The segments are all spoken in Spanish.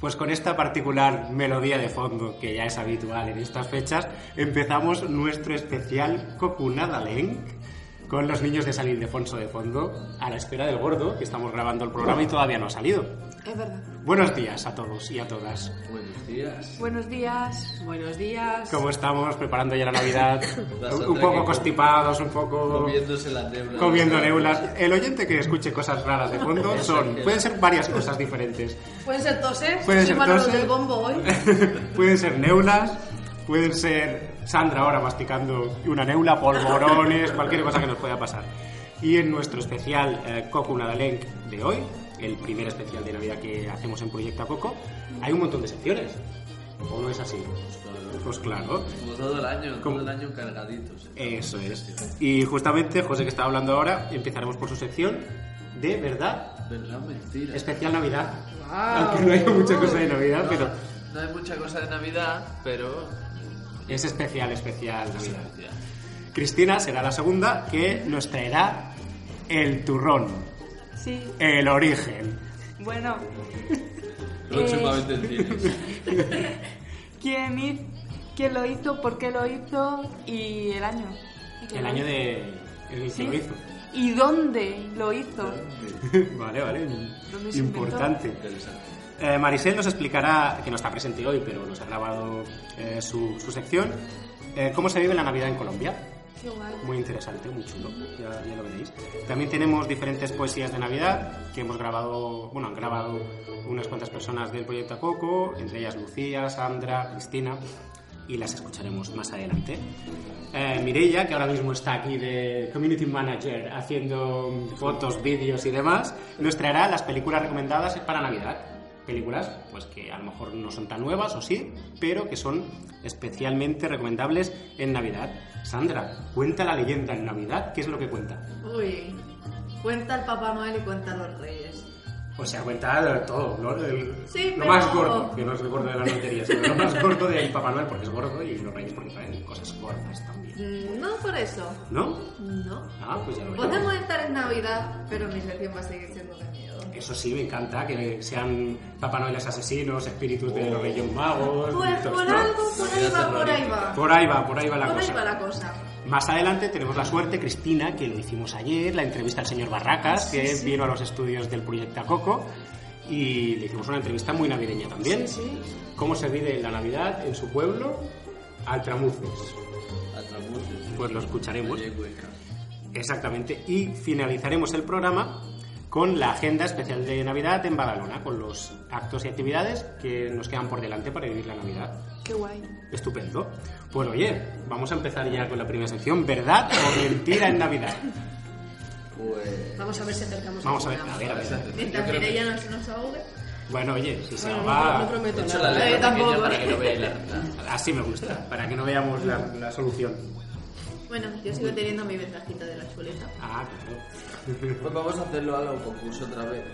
Pues con esta particular melodía de fondo, que ya es habitual en estas fechas, empezamos nuestro especial Cocunadalenk con los niños de San Ildefonso de fondo, a la espera del gordo, que estamos grabando el programa y todavía no ha salido. Es verdad. Buenos días a todos y a todas. Buenos días. Buenos días. Buenos días. ¿Cómo estamos? Preparando ya la Navidad. Vas a un traer poco que- constipados, un poco... Comiéndose la nebla. Oh. Comiendo neulas. El oyente que escuche cosas raras de fondo son... Pueden ser varias cosas diferentes. Pueden ser toses. Pueden Soy ser Manolo toses. del bombo hoy. pueden ser neulas, pueden ser Sandra ahora masticando una neula, polvorones, cualquier cosa que nos pueda pasar. Y en nuestro especial eh, Coco Nadalenk de hoy, el primer especial de Navidad que hacemos en Proyecto Coco, hay un montón de secciones. ¿O no es así? Pues claro. Como todo el año, Como- todo el año cargaditos. eh. Eso es. Y justamente José que está hablando ahora, empezaremos por su sección de verdad, ¿Verdad? Mentira. especial Navidad. Wow. Aunque no haya mucha cosa de Navidad, no, pero no hay mucha cosa de Navidad, pero. es especial, especial Navidad. Hostia. Cristina será la segunda que nos traerá el turrón, Sí, el origen. bueno, Próximamente en cines. ¿quién, hi- quién lo hizo, por qué lo hizo y el año. El año de en el que Sí. lo hizo. ¿Y dónde lo hizo? Vale, vale. ¿Dónde se Importante. Interesante. Eh, Marisel nos explicará, que no está presente hoy, pero nos ha grabado eh, su, su sección, eh, cómo se vive la Navidad en Colombia. Qué guay. Muy interesante, muy chulo, ya, ya lo veréis. También tenemos diferentes poesías de Navidad que hemos grabado, bueno, han grabado unas cuantas personas del proyecto Coco, entre ellas Lucía, Sandra, Cristina, y las escucharemos más adelante. Eh, Mireia, que ahora mismo está aquí de Community Manager haciendo fotos, vídeos y demás, nos traerá las películas recomendadas para Navidad películas pues que a lo mejor no son tan nuevas o sí, pero que son especialmente recomendables en Navidad. Sandra, cuenta la leyenda en Navidad, ¿qué es lo que cuenta? Uy. Cuenta el Papá Noel y cuenta los Reyes. O sea, cuenta todo, lo, el- Sí, lo pero- más gordo, que no es el gordo de las loterías, sino lo más gordo del Papá Noel porque es gordo y los reyes porque traen cosas gordas también. Mm, No por eso. ¿No? No. Ah, pues ya lo veremos. Podemos estar en Navidad, pero mi sección va a seguir siendo de miedo. Eso sí, me encanta, que sean Papá Noeles asesinos, espíritus de los Reyes Magos... Pues todo por esto. algo, por ahí va, por ahí va. Por ahí va, por ahí va ¿eh? la Por ahí cosa. va la cosa. Más adelante tenemos la suerte, Cristina, que lo hicimos ayer, la entrevista al señor Barracas, que vino a los estudios del proyecto Coco y le hicimos una entrevista muy navideña también. Sí, ¿Cómo se vive la Navidad en su pueblo? Altramuces. Atramuces. Pues lo escucharemos. Oye, hueca. Exactamente. Y finalizaremos el programa con la agenda especial de Navidad en Badalona, con los actos y actividades que nos quedan por delante para vivir la Navidad. Qué guay. Estupendo. Pues oye, vamos a empezar ya con la primera sección, ¿verdad o mentira en Navidad? Pues. Vamos a ver si acercamos Vamos a ver, alguna. a ver, a ver. Mientras Yo creo que- Mireia no se nos ahogue. Bueno, oye, si se Bueno, va... no, no prometo He hecho nada. la letra Eh, tampoco, pequeña para eh. que no vea la- la- Así me gusta, para que no veamos la, la solución. Bueno, yo sigo teniendo mi ventajita de la chuleta. Ah, claro. Pues vamos a hacerlo a lo concurso otra vez.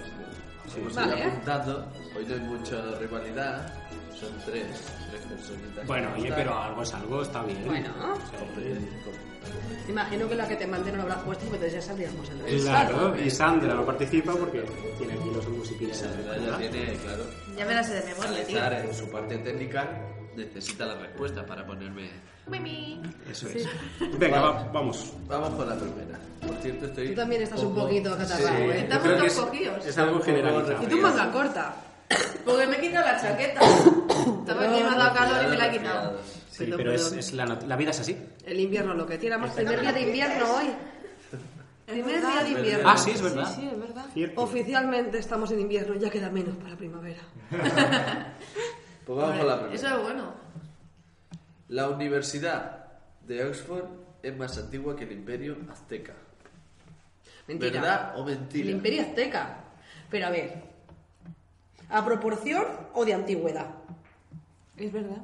Como se Vale. iba apuntando, hoy no hay mucha rivalidad. Son tres, tres personitas. Bueno, que oye, votan. pero algo es algo, está bien. Bueno, Con- imagino que la que te mande no la habrás puesto porque ya sabríamos el Sí, Claro, y Sandra no participa porque tiene aquí los musiquillas. con- con- Ella tiene, claro. Ya me la sé de memoria, tío. César, en su parte técnica, necesita la respuesta para ponerme. Mimi. Eso es. Venga, va- vamos. Vamos con la primera. Por cierto, estoy. Tú también estás un poquito Sí. acatarrado, ¿eh? Yo creo que es, cogidos. es algo generalizado. Y tú manga corta. Porque me he quitado la chaqueta. Estaba aquí, me ha dado calor y me la he quitado. Sí, pero es, es la, nat- la vida es así. El invierno lo que tiene, más primer día de invierno hoy. Primer día Pues de invierno. Ah, sí, es verdad. Sí, es verdad. Cierto. Oficialmente estamos en invierno, ya queda menos para primavera. Pues vamos con la primera. Eso es bueno. La Universidad de Oxford es más antigua que el Imperio Azteca. Mentira. ¿Verdad o mentira? El imperio azteca. Pero a ver, ¿a proporción o de antigüedad? Es verdad.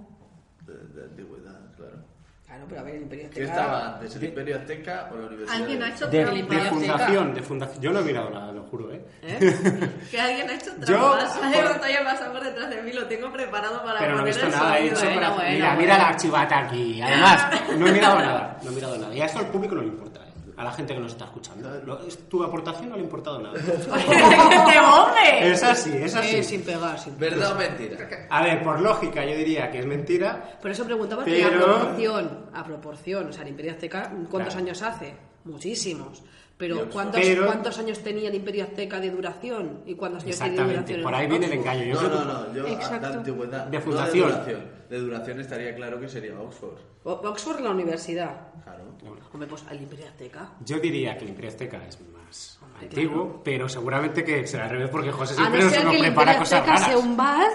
De, de antigüedad, claro. Claro, pero a ver, el imperio ¿Qué azteca. estaba antes, el Imperio Azteca o la Universidad? Alguien ha hecho De, de trampa. fundación, de fundación. Yo no he mirado nada, lo juro, ¿eh? Que alguien ha hecho trampa. Yo- Se ha levantado y ha pasado por detrás de mí. Lo tengo preparado para Pero no he poner visto el nada sonido, he hecho ¿eh? para... Bueno, mira, bueno. mira la archivata aquí. Además, no he mirado nada. No he mirado nada. Y a esto al público no le importa. ¿eh? a la gente que nos está escuchando. Lo- es- tu aportación no le ha importado nada. ¡Qué hombre! es así, es Eh, así. sin pegar, sin pegar. ¿Verdad o mentira? A ver, por lógica yo diría que es mentira. Por eso preguntaba Pero- a proporción, a proporción, o sea, el Imperio Azteca, ¿cuántos Claro. años hace? Muchísimos. Pero Dios. ¿cuántos, Pero- ¿cuántos años tenía el Imperio Azteca de duración? ¿Y cuántos años tiene de Exactamente, duración? por ahí el viene el Oxford? engaño. Yo No, creo que- no, no. Yo, a- Exacto. de antigüedad. De no fundación. de duración. De duración estaría claro que sería Oxford. O- Oxford, la universidad. Claro. Hombre, pues al Imperio Azteca. Yo diría que el Imperio Azteca es más Hombre, antiguo, pero seguramente que será al revés porque José A siempre no nos, ser nos que el prepara Imperio cosas Azteca raras. sea un bar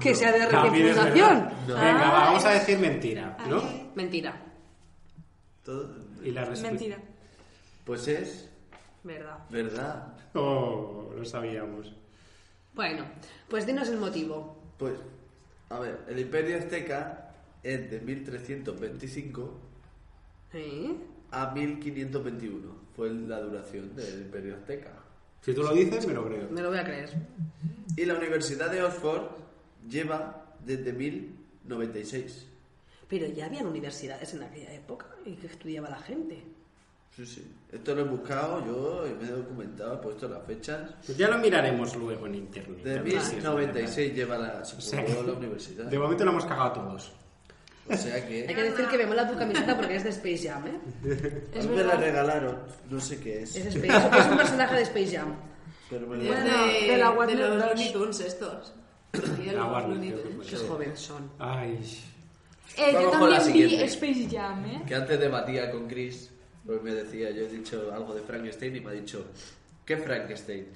que sea Ah. de También es verdad. refundación. Venga, va, vamos a decir mentira, Ah, ¿no? Mentira. Todo- Y la respu- Mentira. Pues es Verdad. verdad. Oh, lo sabíamos. Bueno, pues dinos el motivo. Pues, a ver, el Imperio Azteca es de 1325 ¿Eh? a 1521. Fue la duración del Imperio Azteca. Si tú lo dices, me lo creo. Me lo voy a creer. Y la Universidad de Oxford lleva desde 1096. Pero ya habían universidades en aquella época y que estudiaba la gente. Sí, sí. Esto lo he buscado yo y me he documentado, he puesto las fechas. Pues Ya lo miraremos luego en internet. De a ver si es verdad. 1096 lleva la, se O sea fundó que- la universidad. De momento lo hemos cagado todos. O sea Hay que... que decir que me mola tu camiseta porque es de Space Jam, ¿eh? A mí me la regalaron, no sé qué es. Es, de Space- es un personaje de Space Jam. Pero me Es la- Bueno, de la Warner de los Bros. Looney Tunes estos. Y de La los Warner, Looney creo que Tunes. Qué Sí. joven son. Ay, Eh, yo Vamos con la también vi siguiente. Space Jam, ¿eh? que antes debatía con Chris, pues me decía, yo he dicho algo de Frankenstein y me ha dicho, ¿qué Frankenstein?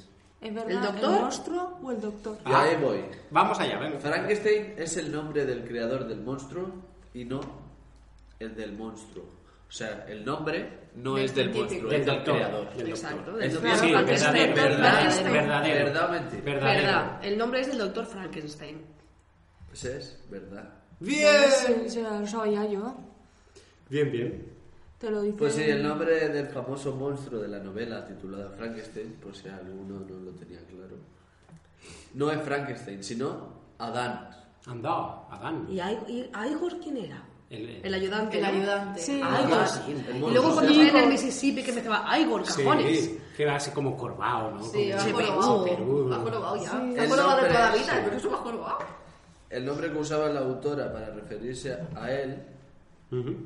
Es verdad, ¿El doctor? monstruo o el doctor? Y Ah. ahí voy. vamos allá, venga. Frankenstein es el nombre del creador del monstruo y no el del monstruo. O sea, el nombre no Del es del científico. monstruo, Del es del doctor. creador. Del Exacto, doctor. del Es- doctor sí, Frankenstein. verdadero, verdadero, Frankenstein. verdadero. Verdad o mentira. Verdadero. Verdad. El nombre es del doctor Frankenstein. Pues es verdad. Bien. Se, se lo sabía yo. Bien, bien. Te lo dice. Pues sí, el nombre del famoso monstruo de la novela titulada Frankenstein, por si alguno no lo tenía claro, no es Frankenstein, sino Adán. Andado, Adán. ¿Y, Ai- y Igor quién era? El- el- el ayudante. El ¿no? ayudante. Sí. Igor. Ah, sí, el y luego monstruo. cuando Sí. sale en el Mississippi que empezaba Igor, Sí, cajones. que era así como corvado, ¿no? Sí, Como ha Sí, jorobado. peludo. Ha jorobado ya. Sí. Ha El jorobado de hombre, toda la vida. sí. Yo creo que eso me ha jorobado. El nombre que usaba la autora para referirse a él Ujú.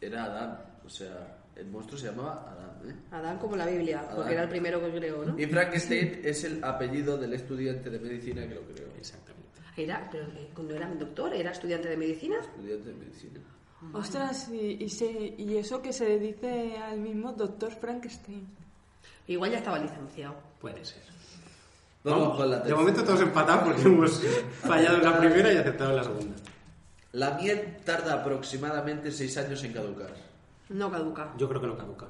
era Adán. O sea, el monstruo se llamaba Adán. ¿eh? Adán como la Biblia, Adán. porque era el primero que creó, ¿no? Y Frankenstein es el apellido del estudiante de medicina que lo creó. Exactamente. Era, pero eh, no era doctor, era estudiante de medicina. Estudiante de medicina. Ostras, y, y se- y eso que se dice al mismo doctor Frankenstein. Igual ya estaba licenciado. Puede ser. Vamos con la de tercera. momento todos empatados porque hemos fallado en la primera y aceptado en la segunda. La miel tarda aproximadamente 6 años en caducar. No caduca. Yo creo que no caduca.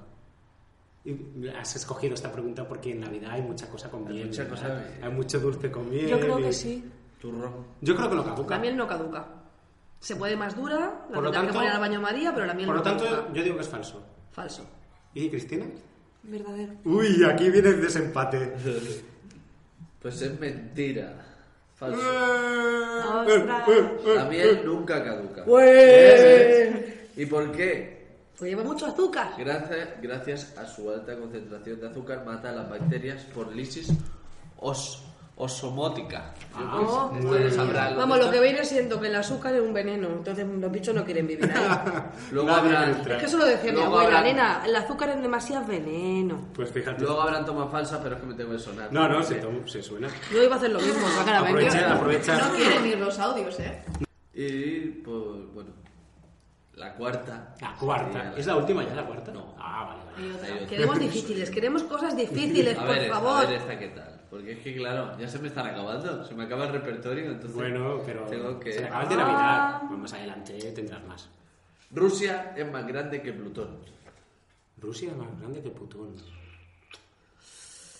Y Has escogido esta pregunta porque en Navidad hay mucha cosa con Hay miel. mucha ¿verdad? cosa de- Hay mucho dulce con miel. Yo creo y- que sí. Turrón. Yo creo que no caduca. La miel no caduca. Se puede más dura, la Por lo tendrá que tanto- poner al baño María, pero la miel Por lo no tanto, caduca. yo digo que es falso. Falso. ¿Y Cristina? Verdadero. Uy, aquí viene el desempate. Pues es mentira. Eh, Falso. Ostras. La miel nunca caduca. Pues. ¿Y por qué? Pues lleva mucho azúcar. Gracias, gracias a su alta concentración de azúcar mata las bacterias por lisis os- osomótica. Ah, Yo creo que Oh, sí, esto lo sabrá el Vamos, lo que doctor. viene siendo que el azúcar es un veneno, entonces los bichos no quieren vivir ahí. Luego Nadie habrá- entra. es que eso lo decía mi Luego abuela, habrá- nena, el azúcar es demasiado veneno. Pues fíjate. Luego habrán tomas falsas, pero es que me tengo que sonar. No, no, se, to- se suena. Yo iba a hacer lo mismo, va que la venga. Aprovecha, aprovecha. No quieren ir los audios, ¿eh? Y pues bueno, la cuarta. Ah, La cuarta. Sería ¿Es la última ya la cuarta? No. Ah, vale, vale. Hay otra. Hay otra. Queremos difíciles, queremos cosas difíciles, A por ver, esta, favor. a ver esta qué tal. Porque es que claro, ya se me están acabando. Se me acaba el repertorio, entonces. Bueno, pero Tengo que. se acaba el de Navidad. Pues más adelante tendrás más. Rusia es más grande que Plutón. Rusia es más grande que Plutón.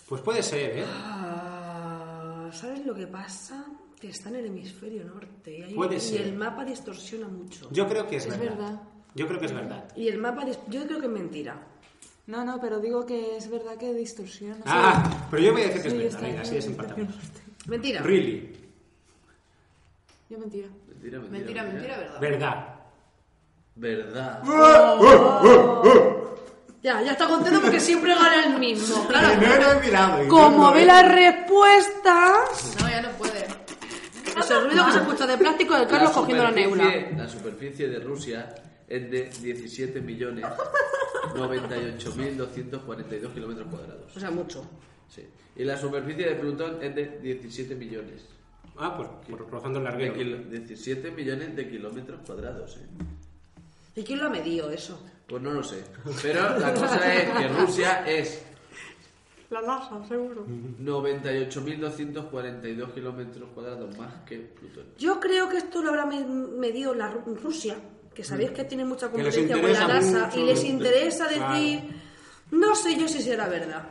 Pues puede ser, ¿eh? Ah, ¿Sabes lo que pasa? Que está en el hemisferio norte y, hay- Puede y ser. el mapa distorsiona mucho. Yo creo que es, Es verdad. verdad. Yo creo que es verdad. Y el mapa, dis- yo creo que es mentira. No, no, pero digo que es verdad que distorsiona. Ah, pero yo voy a decir que Sí, es verdad. está Venga, bien, así está bien. desempatamos. Mentira. Really. Yo mentira. Mentira, Mentira, mentira, ¿verdad? Verdad. Verdad. Ya, ya está contento porque siempre gana el mismo. Que Claro. no lo he mirado. y Como no ve lo- las respuestas. No, ya no puede. Es el ruido que se escucha de plástico de Carlos cogiendo la neula. superficie- La superficie de Rusia es de 17 millones 98.242 kilómetros cuadrados. O sea, mucho. Sí. Y la superficie de Plutón es de 17 millones. Ah, por, por rozando el de larguero. kilo- 17 millones de kilómetros cuadrados, ¿eh? ¿Y quién lo ha medido eso? Pues no lo sé. Pero la cosa es que Rusia es La NASA, seguro. 98.242 kilómetros cuadrados más que Plutón. Yo creo que esto lo habrá me- medido la Ru- Rusia, que sabéis que tiene mucha Mm. Que les competencia con la interesa NASA mucho. y les interesa Claro. decir, no sé yo si será verdad.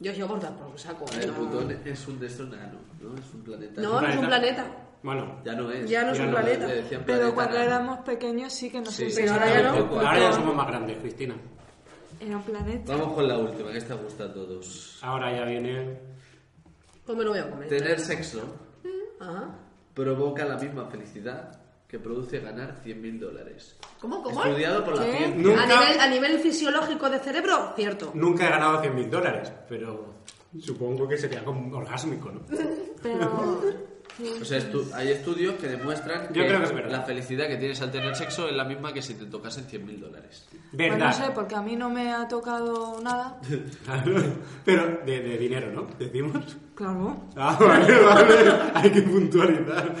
Yo os llevo a contar por un saco. A ver, no. Plutón es un de estos nano, ¿no? Es un planeta. No, no es un planeta. Bueno, Ya no es. Ya no es un planeta. le decían Pero planeta cuando nano. éramos pequeños sí que nos Sí, Pero ahora sabe ya no. poco. ahora ya somos más grandes, Cristina. Era un planeta. Vamos con la última, que esta gusta a todos. Ahora ya viene. Pues me lo voy a comer. Tener sexo Mm, Ajá. provoca la misma felicidad que produce ganar 100.000 dólares. ¿Cómo? ¿Cómo? Estudiado por la ¿Qué? ciencia. A Nunca, nivel, a nivel fisiológico de cerebro, cierto. nunca he ganado 100.000 dólares, pero supongo que sería como orgásmico, ¿no? Pero. O sea, estu- hay estudios que demuestran Yo creo que es verdad. la felicidad que tienes al tener sexo es la misma que si te tocasen 100.000 dólares. Pues no sé, Verdad. porque a mí no me ha tocado nada. pero de, de dinero, ¿no? Decimos. Claro. Ah, vale, vale. Hay que puntualizar.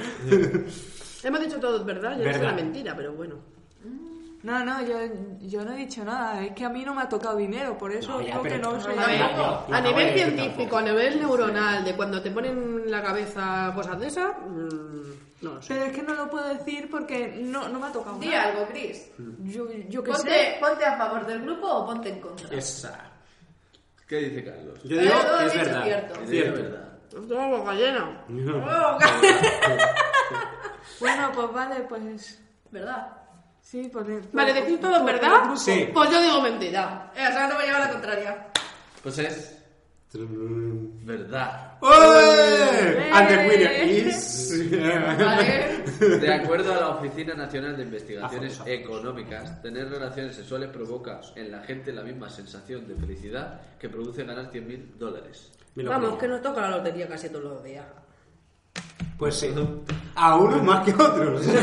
Hemos dicho todo verdad, yo no sé Verdad. la mentira, pero bueno. No, no, yo, yo no he dicho nada. Es que a mí no me ha tocado dinero, por eso No, ya, digo que pero- no no, sé. ya, A ver, ya, ya. a nivel Bueno, yo científico, tampoco. a nivel neuronal, de cuando te ponen en la cabeza cosas de esas, mm, no lo sé. Pero es que no lo puedo decir porque no, no me ha tocado Di nada. algo, Chris. Yo, yo qué sé. Ponte, ponte a favor del grupo o ponte en contra. Esa. ¿Qué dice Carlos? Yo digo Pero que es dicho verdad. cierto. Es Dice cierto. verdad. Tengo boca llena. Bueno, pues vale, pues. ¿Verdad? Sí, por el- Vale, por- decís por todo el verdad. grupo. Sí. Pues yo digo mentira. Eh, o sea, no me lleva la contraria. Pues es Trum. verdad. ¡Oye! And the winner is... Vale. De acuerdo a la Oficina Nacional de Investigaciones Ajá, ajá. Económicas, tener relaciones sexuales provoca en la gente la misma sensación de felicidad que produce ganar 100.000 dólares. Me lo Vamos, creo. que nos toca la lotería casi todos los días. Pues sí. A unos más que otros. Pero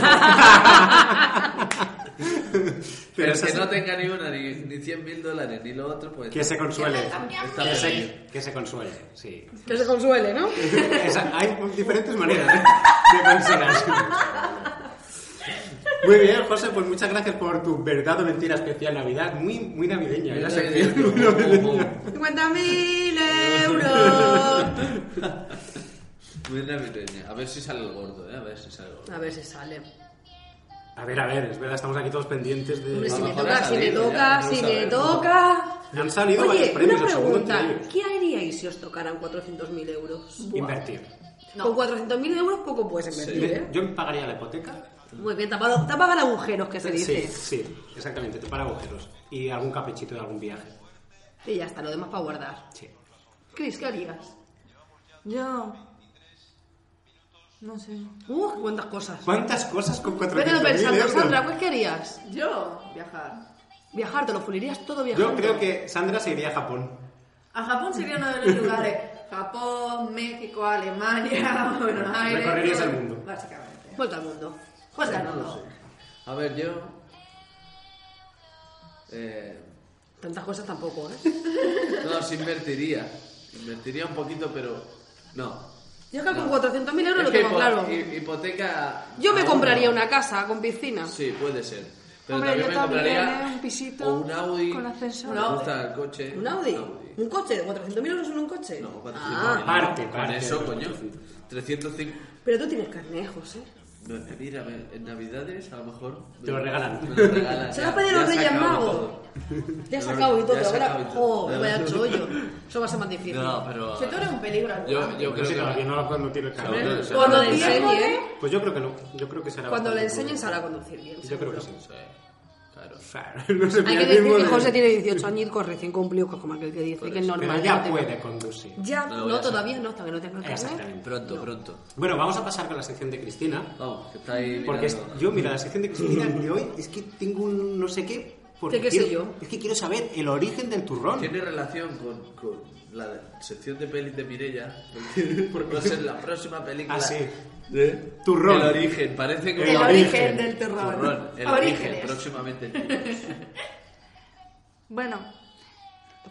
Pero esa que es- no tenga ni una, ni, ni 100.000 dólares, ni lo otro, pues... Que se consuele. Está Que pequeño. se, que se consuele, sí. Que se consuele, ¿no? Esa- hay diferentes maneras ¿eh? de pensar. Muy bien, José, pues muchas gracias por tu verdad o mentira especial Navidad. Muy, muy navideña, ¿eh? La sección. Muy 50.000 euros. navideña. A ver si sale el gordo, ¿eh? A ver si sale el gordo. A ver si sale. A ver, a ver, es verdad, estamos aquí todos pendientes Hombre, de... si A lo me mejor toca, ha si me salido, toca, ya, no si me sabemos. toca. Han salido varios Oye, premios, una el segundo entre pregunta. ellos. ¿Qué haríais si os tocaran 400.000 euros? Invertir. Con 400.000 euros poco puedes invertir, Yo- ¿eh? Yo pagaría la hipoteca. Muy bien, tapado, tapaban agujeros, que se Sí, dice. sí, exactamente, te para agujeros. Y algún caprichito de algún viaje. Y ya está, lo demás para guardar. Sí. Chris, ¿qué harías? Yo. No sé. Uf, Uh, cuántas cosas. ¿Cuántas cosas con Vete lo 400.000 pensando, euros? Sandra, pues ¿qué harías? Yo, viajar. Viajar, te lo fulirías todo viajando. Yo creo que Sandra se iría a Japón. A Japón sería uno de los lugares. Japón, México, Alemania, Buenos Aires. Recorrerías todo- el mundo. Básicamente. Vuelta al mundo. José, No no, lo sé. A ver, yo... Eh... Tantas cosas tampoco, ¿eh? No, se invertiría. Invertiría un poquito, pero no. Yo acá No. con 400.000 euros Es lo que tengo hipo- claro. hi- Hipoteca. Yo me aún compraría no. una casa con piscina. Sí, puede ser. Pero Hombre, también yo me también ¿eh? compraría un pisito o un Audi. con ascensor. Me gusta el coche. ¿Un Audi? ¿Un coche? ¿400.000 euros en un coche? No, 400.000. Ah, Parte, Con parte. eso, coño. 305. pero tú tienes ¿eh? carné, José. No, Mira, a ver, en Navidades a lo mejor. me Te lo regalan. Me lo regalan. Se ya, lo ha pedido ya los he Reyes sacado Magos. todo. Ya has Ya sacado y todo. he sacado Ahora, y todo. oh, vaya chollo. Eso va a ser más difícil. No, pero. Se torna un peligro. al Yo, lugar. yo Yo creo sé que. que todavía no, la- no tiene cara. Hombre, Pero- o sea, Cuando le Cuando enseñe, tiemble, Pues yo creo que no. Yo creo que será. cuando le bastante bueno. enseñen, sabrá conducir bien. Yo creo seguro. que sí. Sí, claro. No se Hay pilla que el decir mismo que de- José tiene 18 añicos recién cumplidos, que es como aquel que dice que es normal. Pero que no ya tenga- puede conducir. Ya, No lo no, voy a hacer. todavía no, hasta que no tenga carnet. Exactamente. Pronto, pronto. Bueno, vamos a pasar con la sección de Cristina. Vamos, que está ahí. Porque es- mirando. yo, mira, la sección de Cristina de hoy es que tengo un no sé qué porque ¿Qué- qué sé quiero- yo? Es que quiero saber el origen del turrón. Tiene relación con, con la sección de pelis de Mirella, porque va a ser la próxima película. Ah, sí. de Turrón. El origen, parece como El El origen. origen del terror. Turrón, el origen, Orígenes. próximamente. el turrón. Bueno,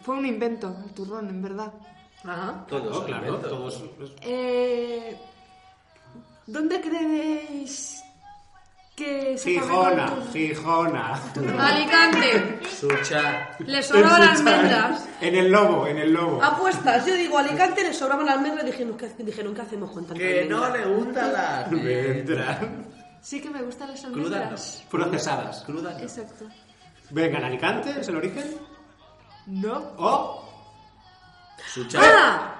fue un invento el turrón, en verdad. Ajá. Todos, No, claro, alimentos. todos. pues, Eh, ¿Dónde creéis que se fabricó Gijona, el turrón? Gijona. Alicante. Sucha. Le sobraban En su chat. almendras. Ah. En el lobo, en el lobo. Apuestas, yo digo, Alicante le sobraban almendras. Dijeron, ¿qué, dijeron, ¿qué hacemos con tanta Que almendra?". no le gusta la Vendrán. Sí que me gustan las Crudas almendras. no. Procesadas. Crudas no. Exacto. Vengan, Alicante es el origen. Oh, No. O. Sucha. ¡Ah!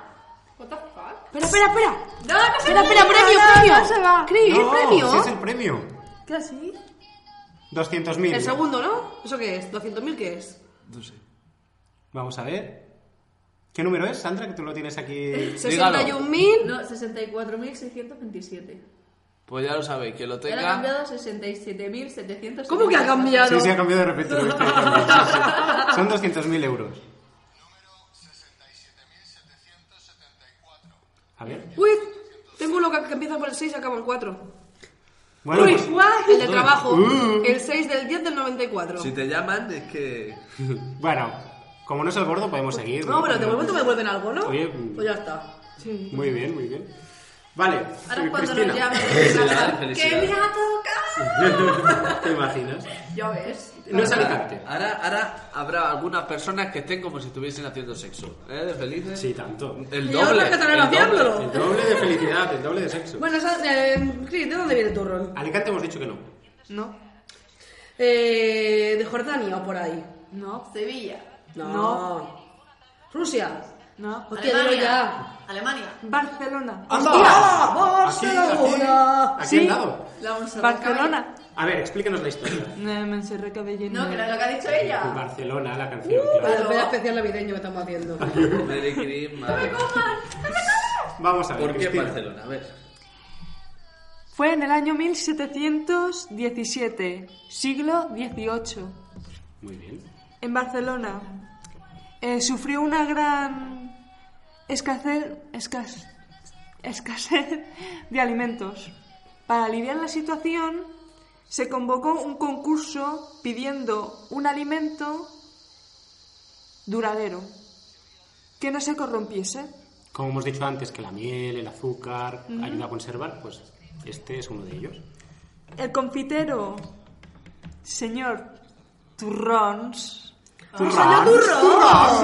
What the fuck? Espera, espera, espera. No, no se Espera, espera, puede. premio, no, premio. no se va. Cris, no, premio. si es el premio. ¿Qué así? 200.000. El segundo, ¿no? ¿Eso qué es? ¿200.000 qué es? No sé. Vamos a ver. ¿Qué número es, Sandra? Que tú lo tienes aquí. Dígalo. 61.000. No, 64.627. Pues ya lo sabéis, que lo Él ha tenga. cambiado 67.700. ¿Cómo que ha cambiado? Sí, sí, ha cambiado de repente. lo he visto también, sí, sí. Son 200.000 euros. A ver. Uy, tengo uno que que empieza por el 6 y acaba en 4. Bueno, Uy, pues, guay, el de trabajo. Uh. El 6 del 10 del 94. Si te llaman, es que. bueno, como no es el gordo, podemos seguir. no, pero de Pero- momento me vuelven algo, ¿no? Oye, Pues ya está. Sí. Muy bien, muy bien. Vale, Ahora eh, cuando Cristina, nos llamen, Felicidad, ¡Que me felicidad. ha tocado! ¿te imaginas? Ya ves. No es Alicante. Ahora, ahora habrá algunas personas que estén como si estuviesen haciendo sexo. ¿Eh? De felices. Sí, tanto. El Y ahora doble. que están el haciéndolo. doble. El doble de felicidad, el doble de sexo. Bueno, esa- eh, Chris, ¿de dónde viene el turrón? Alicante hemos dicho que no. No. Eh, ¿De Jordania o por ahí? No. Sevilla. No. ¿Rusia? No. Hostia, dilo ya. Alemania. Barcelona. ¡Anda! ¡Hostia! Aquí, ¡Barcelona! aquí, aquí Sí. al lado. La Montserrat Barcelona. A ver, explícanos la historia. No, me encerré cabello. Caballé. No, que no es lo que ha dicho ella. Barcelona, la canción, claro. Para el especial navideño que estamos haciendo. Merry Christmas. Vamos a ver, ¿Por qué Cristina. Barcelona? A ver. Fue en el año 1717, siglo XVIII. Muy bien. en Barcelona eh, sufrió una gran escasez, escas- escasez de alimentos. Para aliviar la situación, se convocó un concurso pidiendo un alimento duradero, que no se corrompiese. Como hemos dicho antes, que la miel, el azúcar, ayuda a conservar, pues este es uno de ellos. El confitero, señor Turrons, ¡Turrón!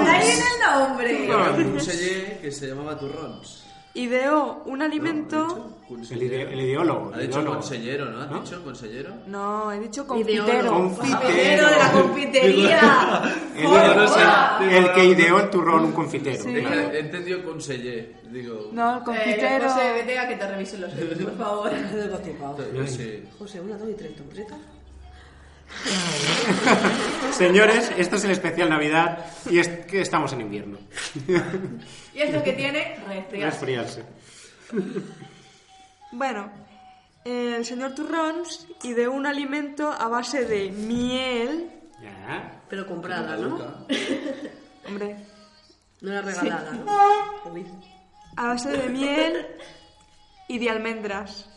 De ahí viene el nombre. Un conseller que se llamaba Turrons. ideó un ¿Ha alimento... dicho El, consellero? ide- el ideólogo. Ha el dicho ideólogo. consellero, ¿no? ¿Has ¿No? dicho consellero? No, he dicho Ideólogo. confitero. Confitero. de la confitería! El, Joder, no sé, guau. el que ideó el turrón, un confitero. Sí. Es que claro. He entendido conseller. Digo. No, el Eh, confitero. José, vete a que te revisen los libros, por favor. no sé. José, una, dos y tres, tu cosita. Señores, esto es el especial Navidad y es que estamos en invierno. Y es lo que tiene resfriarse. Resfriarse. Bueno, eh, el señor Turrons ideó un alimento a base de miel. Ya. Pero comprada, ¿no? Hombre, No era regalada, ¿no? Uy. a base de miel y de almendras.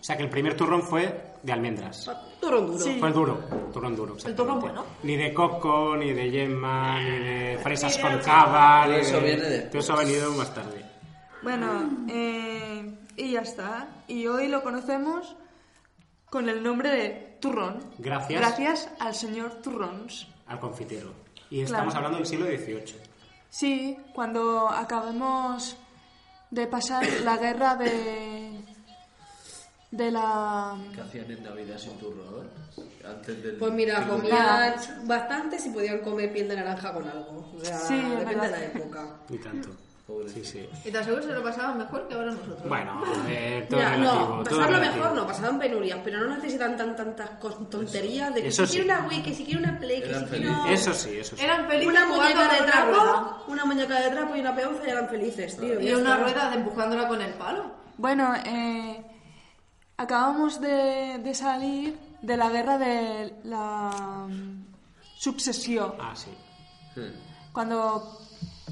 O sea que el primer turrón fue de almendras. Turrón duro. Sí. Fue el duro, turrón duro. exactamente. turrón bueno. Ni de coco, ni de yema, ni de fresas Ni de con almendras. cava. Todo ni eso de- viene después. Todo eso ha venido más tarde. Bueno, eh, y ya está. Y hoy lo conocemos con el nombre de Turrón. Gracias. Gracias al señor Turrons. Al confitero. Y estamos Claro. hablando del siglo XVIII. Sí, cuando acabemos de pasar la guerra de. de la. ¿Qué hacían en Navidad sin turrón? Antes del. Pues mira, digo, comían bastante si podían comer piel de naranja con algo. O sea, Sí, es depende de verdad. la época. Y tanto. Sí, Pobrecito. sí. Y te aseguro que se lo pasaban mejor que ahora nosotros. Bueno, a ver, todo Mira, relativo. no, todo pasarlo relativo. mejor no, pasaban penurias, pero no necesitan tan, tantas cos- tonterías de que Eso si sí. quiero una Wii, que si quiero una Play, que Eran si quiero... felices. Eso sí, eso sí. Eran felices Una jugando muñeca de con una rueda. trapo, una muñeca de trapo y una peonza y eran felices, tío. Y ya una está. rueda de empujándola con el palo. Bueno, eh, acabamos de, de salir de la mm, guerra de la subsessió. Ah, sí. Cuando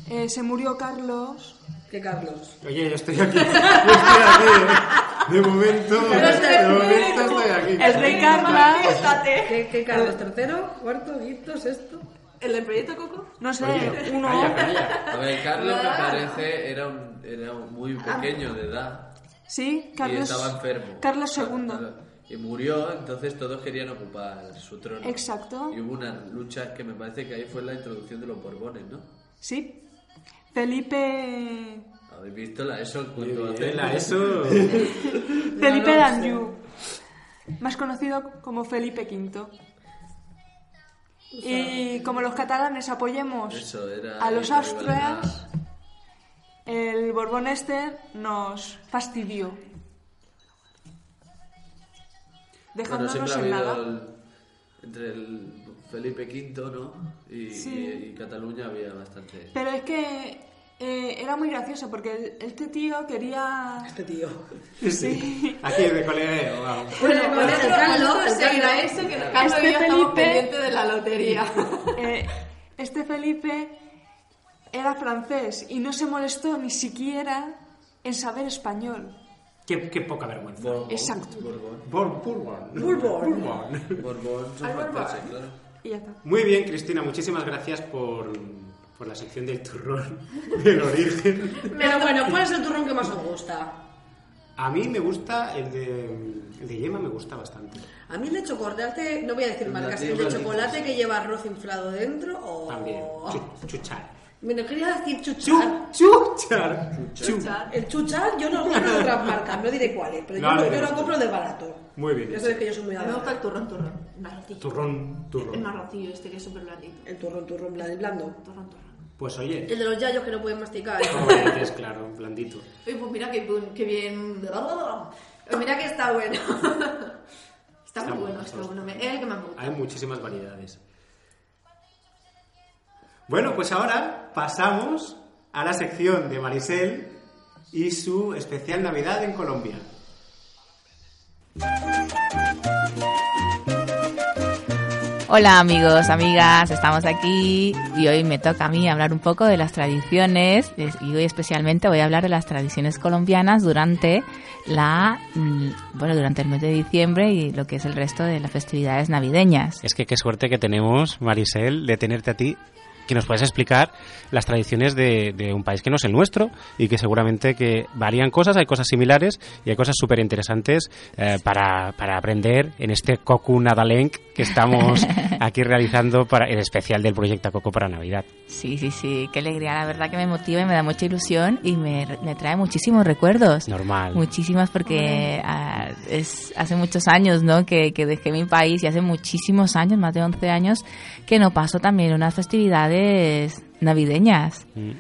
eh, se murió Carlos, Que Carlos. Oye, yo estoy aquí. Yo estoy aquí. ¿eh? De momento, Pero es de el- momento estoy aquí. el rey Carlos, ¿Qué, qué Carlos? ¿Tercero? ¿Cuarto? ¿Quinto? ¿Sexto? ¿El del proyecto Coco? no sé, Oye, uno... calla, calla. A ver, Carlos me parece era, un, era un muy pequeño de edad Sí, y Carlos, estaba enfermo. Carlos Carlos- II. Y murió, entonces todos querían ocupar su trono. Exacto. Y hubo una lucha que me parece que ahí fue la introducción de los Borbones, ¿no? Sí. Felipe... ¿Habéis visto la ESO en Muy cuanto a bien, hacer? la eso. Felipe d'Anjou, más conocido como Felipe V. Y como los catalanes apoyemos Eso era a los la austrias, el Borbón este nos fastidió. Bueno, Dejándonos siempre ha en habido nada. el- entre el Felipe V, ¿no? Y, Sí. y- y Cataluña había bastante. Pero es que eh, era muy gracioso porque el- este tío quería... Este tío. Sí. Aquí de colegio, vamos. Bueno, pues Bueno, con el esto, Carlos, con esto el se Carlos. agradece que Carlos Este y yo estamos Felipe- pendientes de la lotería. Eh, este Felipe era francés y no se molestó ni siquiera en saber español. Qué, qué poca vergüenza. Borbón, Exacto. Borbón. Bourbon. Bourbon. Bourbon. Borbón son Al Borbón. franceses, claro. Y ya está. Muy bien, Cristina, muchísimas gracias por, por la sección del turrón del origen. Pero bueno, ¿cuál es el turrón que más os gusta? A mí me gusta el de, el de yema, me gusta bastante. A mí el de chocolate, no voy a decir marcas, el de Chocolate. chocolate que lleva arroz inflado dentro o... También. Chu- chuchar. Bueno, quería decir chuchar. Oh. Chu- Chuchar. Chu- El chuchar yo no lo compro de otras marcas, no diré cuáles, pero No, yo, no, no. yo lo compro de barato. Muy bien. Ya sabes que yo soy muy Me gusta adorable. el turrón, turrón. Marroncillo. Turrón, El turrón. marroncillo este que es súper blandito. El turrón, turrón, bla- el blando. Turrón, turrón. Pues oye, El de los yayos que no pueden masticar. como dices, claro, blandito. Uy, pues mira que, buen- que bien... Pues mira que está bueno. Está muy bueno, está bueno. Me- Es el que más me gusta. Hay muchísimas variedades. Bueno, pues ahora pasamos a la sección de Marisel y su especial Navidad en Colombia. Hola amigos, amigas, estamos aquí y hoy me toca a mí hablar un poco de las tradiciones es- y hoy especialmente voy a hablar de las tradiciones colombianas durante la mm, bueno, durante el mes de diciembre y lo que es el resto de las festividades navideñas. Es que qué suerte que tenemos, Marisel, de tenerte a ti, que nos puedes explicar las tradiciones de, de un país que no es el nuestro y que seguramente que varían cosas, hay cosas similares y hay cosas súper interesantes eh, para, para aprender en este Cocu Nadalenk que estamos aquí realizando para el especial del proyecto Coco para Navidad. Sí, sí, sí, qué alegría, la verdad que me motiva y me da mucha ilusión y me, me trae muchísimos recuerdos. Normal. Muchísimas porque ah, es hace muchos años, ¿no? Que, que dejé mi país y hace muchísimos años, más de 11 años, que no paso también unas festividades navideñas. Mm.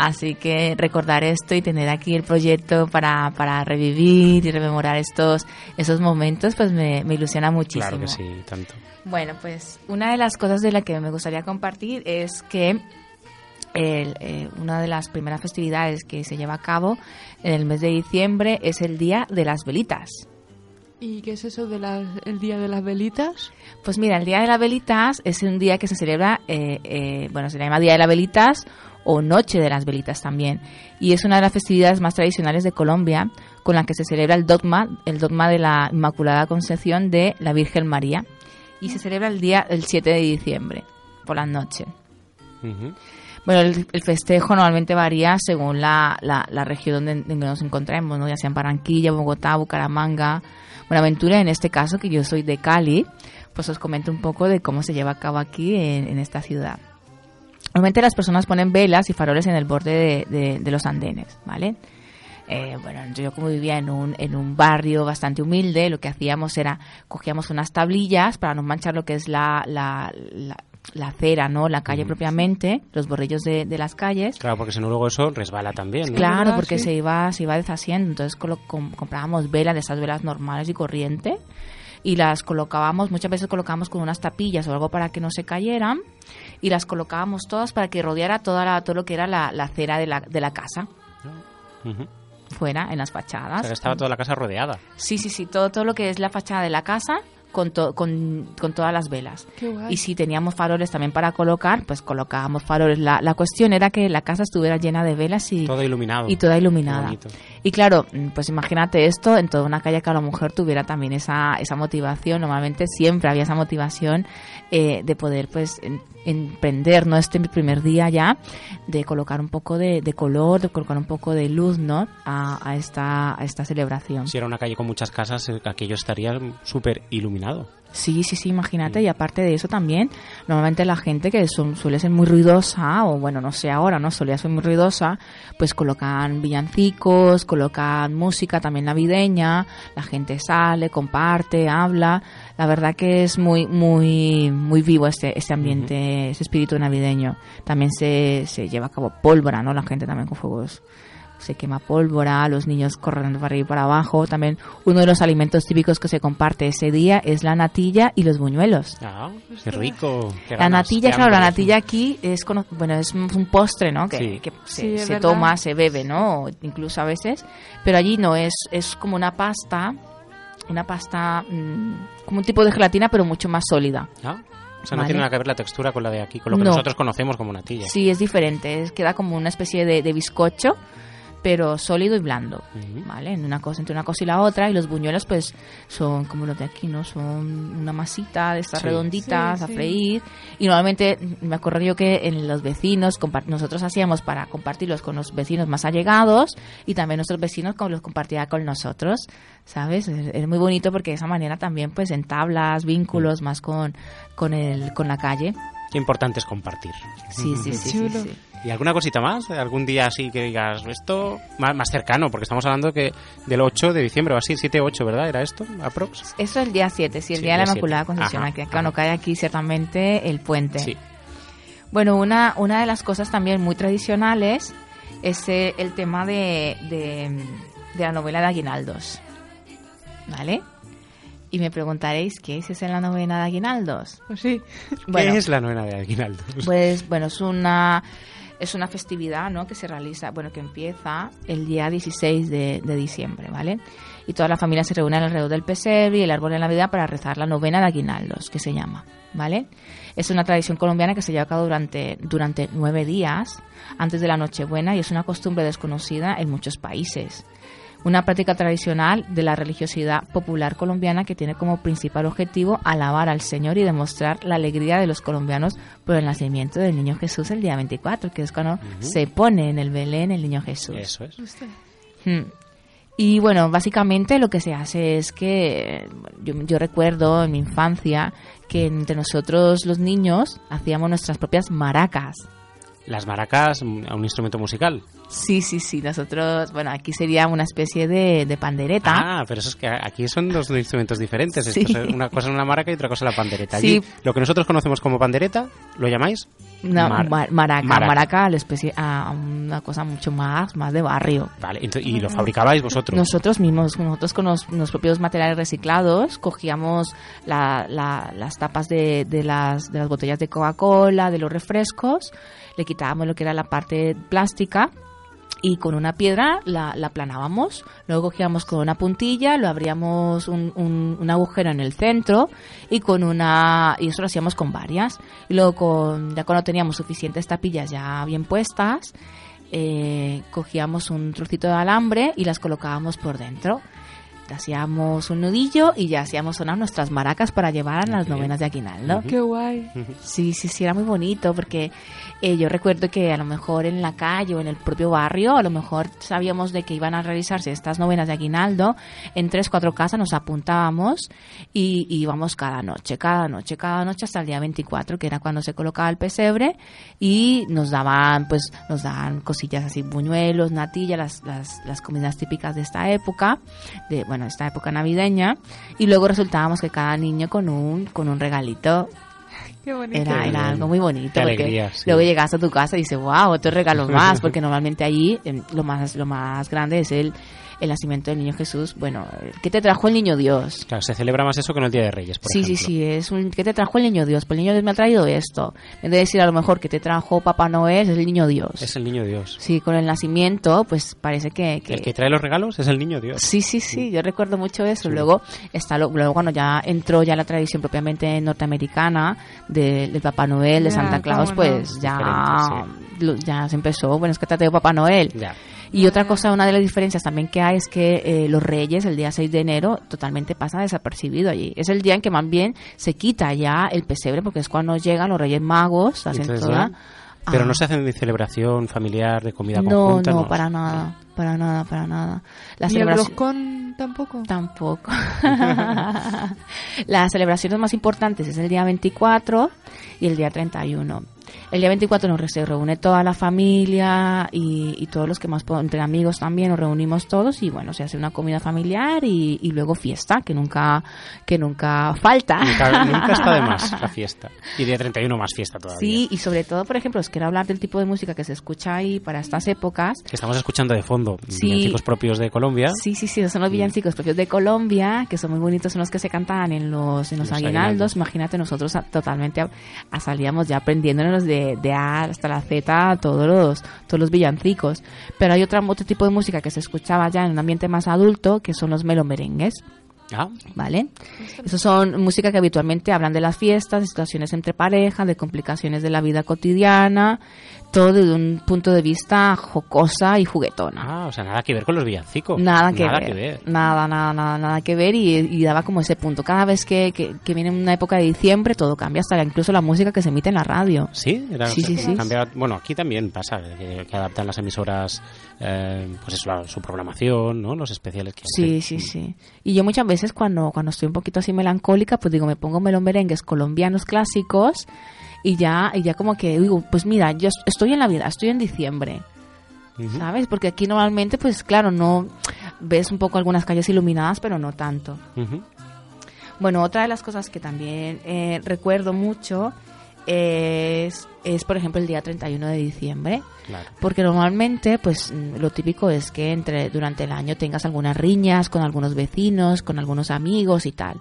Así que recordar esto y tener aquí el proyecto para, para revivir y rememorar estos esos momentos, pues me, me ilusiona muchísimo. Claro que sí, tanto. Bueno, pues una de las cosas de la que me gustaría compartir es que el, eh, una de las primeras festividades que se lleva a cabo en el mes de diciembre es el Día de las Velitas. ¿Y qué es eso del día de las velitas? Pues mira, el Día de las Velitas es un día que se celebra, eh, eh, bueno, se le llama Día de las Velitas o Noche de las Velitas también. Y es una de las festividades más tradicionales de Colombia con la que se celebra el dogma, el dogma de la Inmaculada Concepción de la Virgen María. Y se celebra el día, el 7 de diciembre, por la noche. Ujú. Bueno, el, el festejo normalmente varía según la, la- la región donde, donde nos encontremos, ¿no? ya sea en Barranquilla, Bogotá, Bucaramanga, Buenaventura, en este caso que yo soy de Cali, pues os comento un poco de cómo se lleva a cabo aquí en, en esta ciudad. Normalmente las personas ponen velas y faroles en el borde de, de- de los andenes, ¿vale? Eh, bueno, yo como vivía en un, en un barrio bastante humilde, lo que hacíamos era cogíamos unas tablillas para no manchar lo que es la, la, la, la acera, ¿no? La calle propiamente, los borrillos de, de las calles. Claro, porque si no luego eso resbala también. ¿no? Claro, Ah, porque sí. se iba se iba deshaciendo. Entonces colo- com- comprábamos velas de esas velas normales y corriente y las colocábamos, muchas veces colocábamos con unas tapillas o algo para que no se cayeran y las colocábamos todas para que rodeara toda la, todo lo que era la, la acera de la, de la casa, Ujú. fuera, en las O fachadas. sea, que estaba toda la casa rodeada. Sí, sí, sí, todo, todo lo que es la fachada de la casa con, to- con, con todas las velas. Qué guay. Y si teníamos faroles también para colocar, pues colocábamos faroles. La, la cuestión era que la casa estuviera llena de velas y Todo iluminado. y toda iluminada. Qué bonito. Y claro, mm, pues imagínate esto en toda una calle que a la mujer tuviera también esa, esa motivación. Normalmente siempre había esa motivación eh, de poder pues en- emprender, ¿no? Este mi primer día ya, de colocar un poco de, de color, de colocar un poco de luz, ¿no? A, a esta, a esta celebración. Si era una calle con muchas casas, eh, aquello estaría súper iluminado. Sí, sí, sí, imagínate. Y aparte de eso también, normalmente la gente que son- suele ser muy ruidosa, o bueno, no sé ahora, ¿no? Solía ser muy ruidosa, pues colocan villancicos, colocan música también navideña, la gente sale, comparte, habla. La verdad que es muy, muy, muy vivo este, este ambiente, ese espíritu navideño. También se, se lleva a cabo pólvora, ¿no? La gente también con fuegos se quema pólvora, los niños corren para arriba y para abajo. También uno de los alimentos típicos que se comparte ese día es la natilla y los buñuelos. Ah, qué rico. Qué La ganas, natilla, qué claro, la hambre. natilla aquí es cono- bueno es un un postre, ¿no? Que, Sí. que se, Sí, es se verdad. toma, se bebe, ¿no? O Incluso a veces, pero allí no es es como una pasta, una pasta mm, como un tipo de gelatina pero mucho más sólida. Ah, O sea, no Vale. tiene nada que ver la textura con la de aquí, con lo que No. nosotros conocemos como natilla. Sí, es diferente, es- queda como una especie de, de bizcocho pero sólido y blando. Ujú. ¿vale? En una cosa, entre una cosa y la otra, y los buñuelos, pues, son como los de aquí, ¿no? Son una masita de estas Sí. redonditas Sí, a sí. freír. Y normalmente, mm, me acuerdo yo que en los vecinos, compa- nosotros hacíamos para compartirlos con los vecinos más allegados, y también nuestros vecinos con los compartía con nosotros, ¿sabes? Es, es muy bonito porque de esa manera también, pues, entablas Mm. vínculos más con, con, el, con la calle. Qué importante es compartir. Sí, sí, sí, sí, Chulo. sí. ¿Y alguna cosita más? ¿Algún día así que digas esto más, más cercano? Porque estamos hablando que del 8 de diciembre o así, 7-8, ¿verdad? ¿Era esto? ¿Aprox? Eso el día 7, sí, el Sí, día de la día siete. Inmaculada Concepción. Ajá, aquí, ajá. cuando cae aquí, ciertamente, el puente. Sí. Bueno, una, una de las cosas también muy tradicionales es eh, el tema de, de, de la novela de Aguinaldos. ¿Vale? Y me preguntaréis, ¿qué es esa en la novela de Aguinaldos? Pues sí. Bueno, ¿Qué es la novena de Aguinaldo? pues bueno, es una, es una festividad ¿no? que se realiza, bueno, que empieza el día 16 de, de diciembre, ¿vale? Y toda la familia se reúne alrededor del pesebre y el árbol de Navidad para rezar la novena de Aguinaldos, que se llama, ¿vale? Es una tradición colombiana que se lleva a cabo durante, durante nueve días antes de la Nochebuena y es una costumbre desconocida en muchos países una práctica tradicional de la religiosidad popular colombiana que tiene como principal objetivo alabar al Señor y demostrar la alegría de los colombianos por el nacimiento del niño Jesús el día 24, que es cuando se pone en el Belén el niño Jesús. Eso es. Hmm. Y bueno, básicamente lo que se hace es que eh, yo, yo recuerdo en mi infancia que entre nosotros los niños hacíamos nuestras propias maracas. Las maracas, un un instrumento musical. Sí, sí, sí, nosotros, bueno, aquí sería una especie de, de pandereta. Ah, pero eso es que aquí son dos instrumentos diferentes. Sí. Esto es una cosa es una maraca y otra cosa es la pandereta. Allí, Sí. lo que nosotros conocemos como pandereta, ¿lo llamáis? Una Mar- mar- maraca, maraca. maraca, a, la especie, a una cosa mucho más, más de barrio. Vale, ento- y lo fabricabais vosotros. Nosotros mismos, nosotros con los, los propios materiales reciclados, cogíamos la- la- las tapas de, de las, de las botellas de Coca-Cola, de los refrescos, le quitábamos lo que era la parte plástica y con una piedra la, la aplanábamos, luego cogíamos con una puntilla, lo abríamos un, un- un agujero en el centro y con una y eso lo hacíamos con varias. Y luego con, ya cuando teníamos suficientes tapillas ya bien puestas, eh, cogíamos un trocito de alambre y las colocábamos por dentro. Hacíamos un nudillo y ya hacíamos sonar nuestras maracas para llevar a las Muy bien. novenas de Aquinaldo. Qué guay. Sí, sí, sí, era muy bonito porque eh, yo recuerdo que a lo mejor en la calle o en el propio barrio, a lo mejor sabíamos de que iban a realizarse estas novenas de Aguinaldo, en tres, cuatro casas nos apuntábamos y y íbamos cada noche, cada noche, cada noche hasta el día 24, que era cuando se colocaba el pesebre y nos daban, pues, nos daban cosillas así, buñuelos, natilla, las, las, las comidas típicas de esta época, de, bueno, esta época navideña, y luego resultábamos que cada niño con un, con un regalito Qué bonito. Era, Qué era bien. algo muy bonito. Qué porque alegría, sí. Luego llegas a tu casa y dices, wow, otros regalos más, porque normalmente allí em, lo más, lo más grande es el, el nacimiento del niño Jesús. Bueno, ¿qué te trajo el niño Dios? Claro, se celebra más eso que no el Día de Reyes, por sí, sí, ejemplo. sí, es un ¿qué te trajo el niño Dios? Pues el niño Dios me ha traído esto. En vez de decir a lo mejor que te trajo Papá Noel, es el niño Dios. Es el niño Dios. Sí, con el nacimiento, pues parece que, que- El que trae los regalos es el niño Dios. Sí, sí, sí, yo recuerdo mucho eso. Luego, está lo- luego cuando ya entró ya la tradición propiamente norteamericana de- del Papá Noel, de Ya, Santa Claus, cómo no. pues ya, Diferente, lo- ya se empezó. Bueno, es que te de Papá Noel. Ya. Y otra cosa, una de las diferencias también que hay es que eh, los reyes el día 6 de enero totalmente pasa desapercibido allí. Es el día en que más bien se quita ya el pesebre porque es cuando llegan los reyes magos, hacen Entonces, toda... ya. Pero Ah. no se hacen de celebración familiar, de comida No, conjunta. no, para nada, para nada, para nada. La ¿Y el celebración... roscón tampoco? Tampoco. Las celebraciones más importantes es el día 24 y el día 31. El día 24 nos re- se reúne toda la familia y, y todos los que más puedo, entre amigos también nos reunimos todos y bueno, se hace una comida familiar y, y luego fiesta, que nunca, que nunca falta. Nunca, nunca está de más la fiesta. Y día 31 más fiesta todavía. Sí, y sobre todo, por ejemplo, os quiero hablar del tipo de música que se escucha ahí para estas épocas, Que estamos escuchando de fondo. Sí. Villancicos propios de Colombia. Sí, sí, sí, esos son los villancicos propios de Colombia, que son muy bonitos, son los que se cantaban en los, en los, aguinaldos. Los aguinaldos. Imagínate, nosotros a- totalmente a- a- salíamos ya aprendiéndonos de, de A hasta la Z todos los, todos los villancicos. Pero hay otra, otro tipo de música que se escuchaba ya en un ambiente más adulto, que son los melomerengues. Ah, ¿Vale? Esos son música que habitualmente hablan de las fiestas, de situaciones entre parejas, de complicaciones de la vida cotidiana, todo desde un punto de vista jocosa y juguetona. ah, o sea, nada que ver con los villancicos. Nada que ver. que ver. Nada, nada, nada, nada que ver. Y, y daba como ese punto. Cada vez que, que, que viene una época de diciembre, todo cambia, hasta incluso la música que se emite en la radio. Sí, era, Sí, sí, sí. cambiaba- bueno, aquí también pasa eh, que, que adaptan las emisoras, eh, pues eso, la- su programación, ¿no? Los especiales que Sí, hacen. sí, sí. Y yo muchas veces cuando, cuando estoy un poquito así melancólica, pues digo, me pongo melón merengues colombianos clásicos y ya, y ya como que digo, pues mira, yo est- estoy en la vida, estoy en diciembre. Ujú. ¿Sabes? Porque aquí normalmente, pues claro, no ves un poco algunas calles iluminadas, pero no tanto. Ujú. Bueno, otra de las cosas que también eh, recuerdo mucho es, es, por ejemplo, el día 31 de diciembre, Claro. porque normalmente, pues, mm, lo típico es que entre, durante el año tengas algunas riñas con algunos vecinos, con algunos amigos y tal.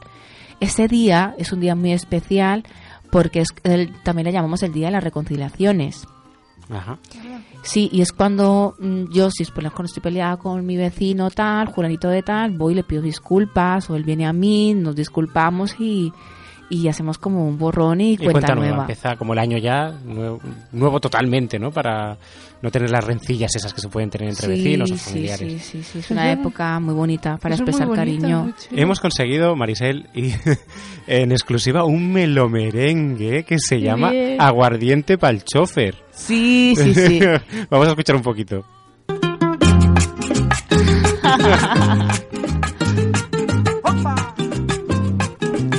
Ese día es un día muy especial porque es el- también le llamamos el Día de las Reconciliaciones. Ajá. Sí, y es cuando mm, yo, si es por ejemplo, estoy peleada con mi vecino tal, juranito de tal, voy y le pido disculpas, o él viene a mí, nos disculpamos y, y hacemos como un borrón y, Y cuenta, nueva. Empieza como el año ya, nuevo, nuevo totalmente, ¿no? Para no tener las rencillas esas que se pueden tener entre Sí, vecinos o sí, familiares. Sí, sí, sí, es una época muy bonita para expresar cariño. Hemos conseguido, Marisel, y en exclusiva un melomerengue que se llama bien. Aguardiente pa'l chofer. Sí, sí, sí. Vamos a escuchar un poquito.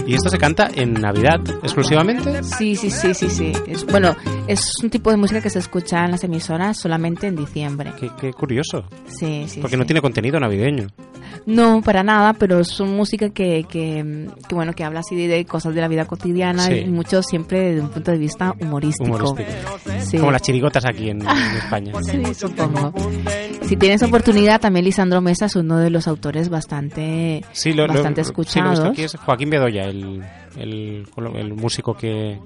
y esto se canta en Navidad exclusivamente. Sí, sí, sí, sí, sí. Es, bueno, es un tipo de música que se escucha en las emisoras solamente en diciembre. Qué, qué curioso, Sí, sí. porque no sí. tiene contenido navideño. No, para nada, pero es una música que, que, mm, que, bueno, que habla así de, de cosas de la vida cotidiana Sí. y mucho siempre desde un punto de vista humorístico. Humorístico. Sí. Como las chirigotas aquí en, en España. Sí, supongo. Si tienes oportunidad, también Lisandro Mesa es uno de los autores bastante, Sí, lo, lo- bastante sí, lo he visto escuchados. aquí es Joaquín Bedoya, el, el, colo- el músico que,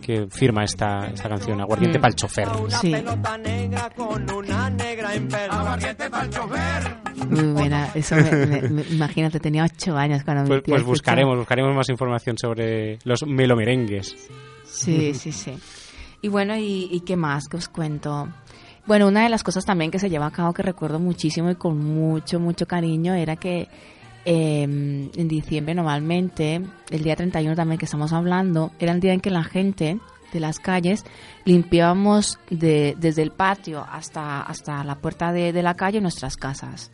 que firma esta, esta canción, Aguardiente Mm. pa'l chofer. Pues, Sí. Ah, Muy buena, eso me, me- me- imagínate, tenía ocho años cuando mi Pues, tío pues escuchó. buscaremos, buscaremos más información sobre los melomerengues. Sí, sí, sí. Y bueno, ¿y, y qué más que os cuento? Bueno, una de las cosas también que se lleva a cabo que recuerdo muchísimo y con mucho, mucho cariño era que eh, en diciembre normalmente, el día 31 también que estamos hablando, era el día en que la gente de las calles limpiábamos de- desde el patio hasta, hasta la puerta de, de la calle nuestras casas.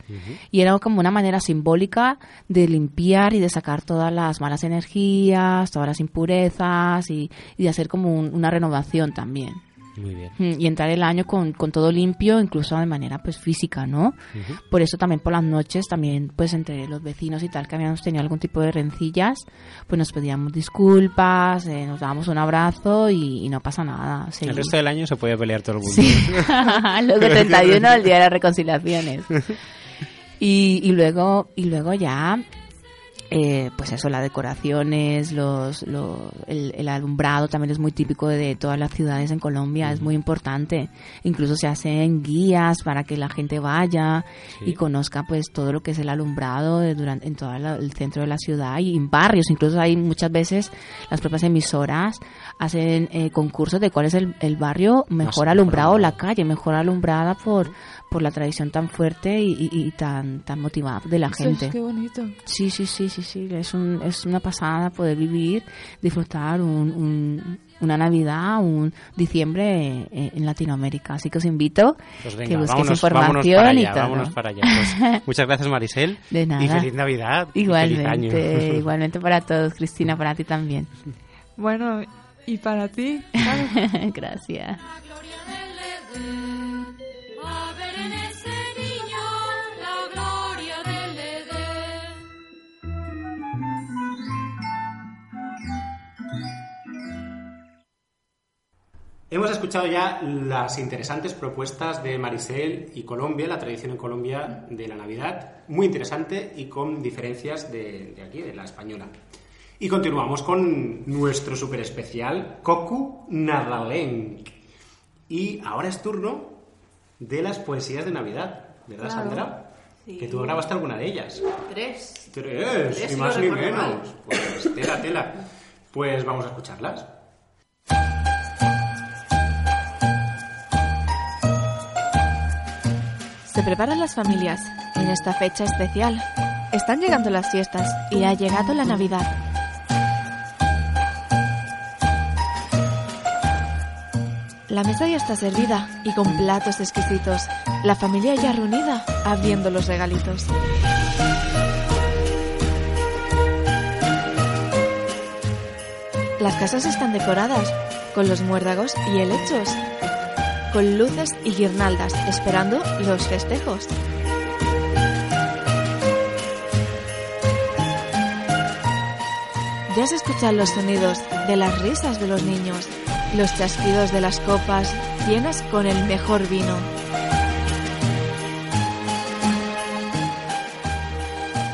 Y era como una manera simbólica de limpiar y de sacar todas las malas energías, todas las impurezas y, y de hacer como un- una renovación también. Muy bien. Mm, y entrar el año con, con todo limpio, incluso de manera pues física, ¿no? Por eso también por las noches, también pues entre los vecinos y tal que habíamos tenido algún tipo de rencillas, pues nos pedíamos disculpas, eh, nos dábamos un abrazo y, y no pasa nada. El seguimos. resto del año se podía pelear todo el mundo. Sí, los de 31 el día de las reconciliaciones. Y, y luego y luego ya, eh, pues eso, las decoraciones, los, lo- el, el alumbrado también es muy típico de todas las ciudades en Colombia, es muy importante. Incluso se hacen guías para que la gente vaya Sí. y conozca pues todo lo que es el alumbrado de- durante, en todo el centro de la ciudad y en barrios. Incluso hay muchas veces las propias emisoras hacen eh, concursos de cuál es el, el barrio mejor mejor alumbrado o la alumbrado. calle, mejor alumbrada por, por la tradición tan fuerte y, y- y tan, tan motivada de la gente. Qué bonito. Sí, sí, sí, sí, sí. Es, un, es una pasada poder vivir, disfrutar un, un- una Navidad, un diciembre eh, en Latinoamérica. Así que os invito Pues que venga, busquéis vámonos, información vámonos para allá, y todo. vámonos para allá. Pues, muchas gracias, Marisel. De Y nada. feliz Navidad. y Feliz Igualmente, año. igualmente para todos, Cristina, para ti también. Bueno, y para ti, Gracias. La gloria del Edén, a ver en ese niño la gloria del Edén. Hemos escuchado ya las interesantes propuestas de Maricel y Colombia, la tradición en Colombia de la Navidad, muy interesante y con diferencias de, de aquí, de la española. Y continuamos con nuestro super especial, Koku Nadaleng. Y ahora es turno de las poesías de Navidad, ¿verdad, Sandra? Que tú grabaste alguna de ellas. Tres. Tres, Tres, ni si más no ni recuerdo mal. menos. Pues tela, tela. Pues vamos a escucharlas. Se preparan las familias en esta fecha especial. Están llegando las fiestas y ha llegado la Navidad. La mesa ya está servida y con platos exquisitos. La familia ya reunida abriendo los regalitos. Las casas están decoradas con los muérdagos y helechos con luces y guirnaldas, esperando los festejos. Ya se escuchan los sonidos de las risas de los niños, los chasquidos de las copas llenas con el mejor vino.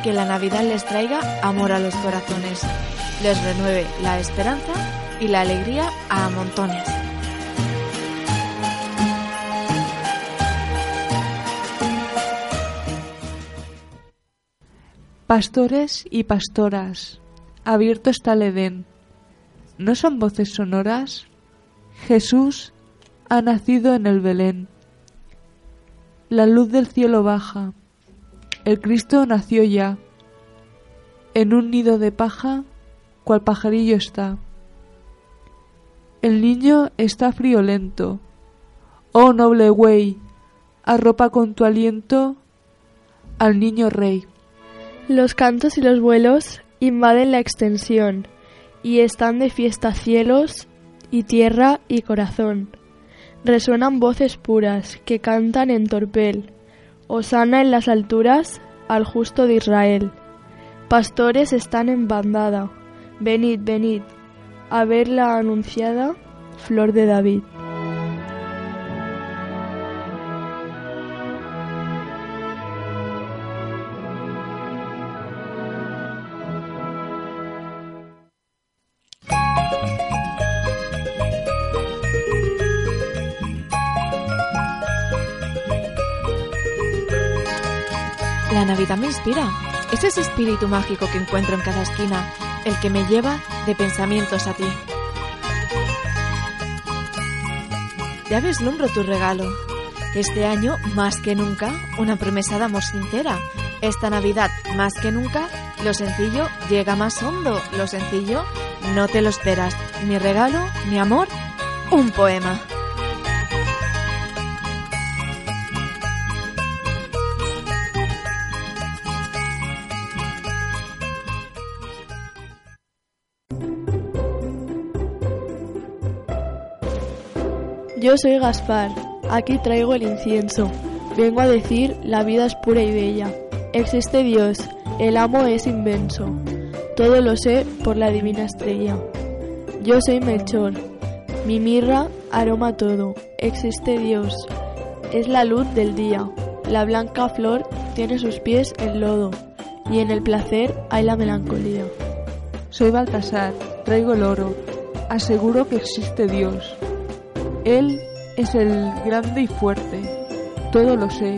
Que la Navidad les traiga amor a los corazones, les renueve la esperanza y la alegría a montones. pastores y pastoras, abierto está el Edén. ¿No son voces sonoras? Jesús ha nacido en el Belén. La luz del cielo baja. El Cristo nació ya. En un nido de paja, cual pajarillo está. El niño está friolento. Oh noble güey, arropa con tu aliento al niño rey. Los cantos y los vuelos invaden la extensión y están de fiesta cielos y tierra y corazón. Resuenan voces puras que cantan en torpel. Osana en las alturas al justo de Israel. Pastores están en bandada. Venid, venid a ver la anunciada flor de David. La Navidad me inspira. Es ese espíritu mágico que encuentro en cada esquina, el que me lleva de pensamientos a ti. Ya vislumbro tu regalo. Este año, más que nunca, una promesa de amor sincera. Esta Navidad, más que nunca, lo sencillo llega más hondo. Lo sencillo, no te lo esperas. Ni regalo, ni amor, un poema. Yo soy Gaspar, aquí traigo el incienso. Vengo a decir, la vida es pura y bella. Existe Dios, el amo es inmenso. Todo lo sé por la divina estrella. Yo soy Melchor, mi mirra aroma todo. Existe Dios, es la luz del día. La blanca flor tiene sus pies en lodo y en el placer hay la melancolía. Soy Baltasar, traigo el oro. Aseguro que existe Dios. Él es el grande y fuerte. Todo lo sé.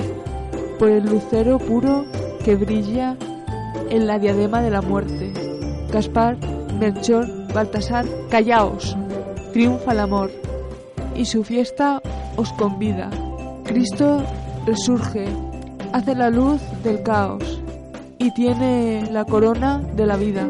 Por el lucero puro que brilla en la diadema de la muerte. Gaspar, Melchor, Baltasar, callaos. Triunfa el amor. Y su fiesta os convida. Cristo resurge. Hace la luz del caos. Y tiene la corona de la vida.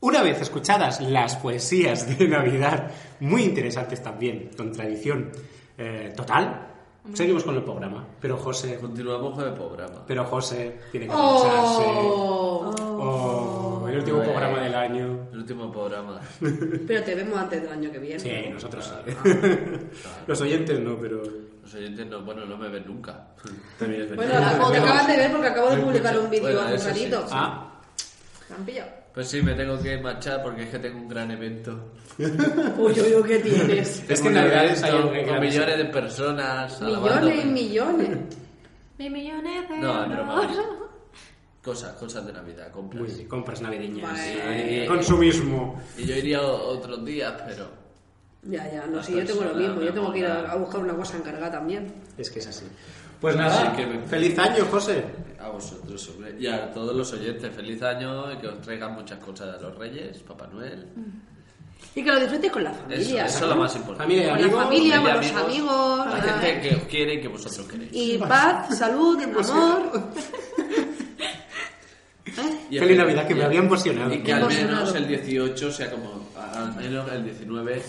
Una vez escuchadas las poesías de Navidad, muy interesantes también, con tradición eh, total, seguimos con el programa. Pero José, Continuamos con el programa. pero José tiene que marcharse. Oh, Oh, el último Bueno. programa del año. El último programa. Pero te vemos antes del año que viene. Sí, nosotros sí. Claro. Los oyentes no, pero Los oyentes no, bueno, no me ven nunca. también es Bueno, verdad. o te acaban de ver porque acabo de Escucha, publicar un vídeo bueno, hace un eso sí. ratito. Ah, ¿Me han pillado? Pues sí, me tengo que marchar porque es que tengo un gran evento. Uy, uy, uy, ¿qué Es tienes? Tengo que un en Navidad evento hay un- hay con gran- millones de personas. alabándome. millones y millones. Mi millones de No, es broma. euros. Cosas, cosas de Navidad, compras. uy, compras navideñas. Vale. eh, Consumismo. Y yo iría o- otros días, pero Ya, ya, no Las sé, yo tengo lo personas, mismo. Yo la tengo que ir a moda. a buscar una cosa encargada también. Es que es así. Pues nada, nada, feliz feliz año, José. a vosotros, hombre. Y a todos los oyentes, feliz año y que os traigan muchas cosas a los Reyes, Papá Noel. Y que lo disfrutes con la Eso, familia. eso es lo más importante. Familia y Con amigos, la familia, con los amigos, amigos. La ah, gente que os quiere y que vosotros queréis. Y paz, salud, Pues amor. Y Feliz el- Navidad, que me y- había emocionado. Y que al Emocionado. menos el 18 sea como. Al menos el 19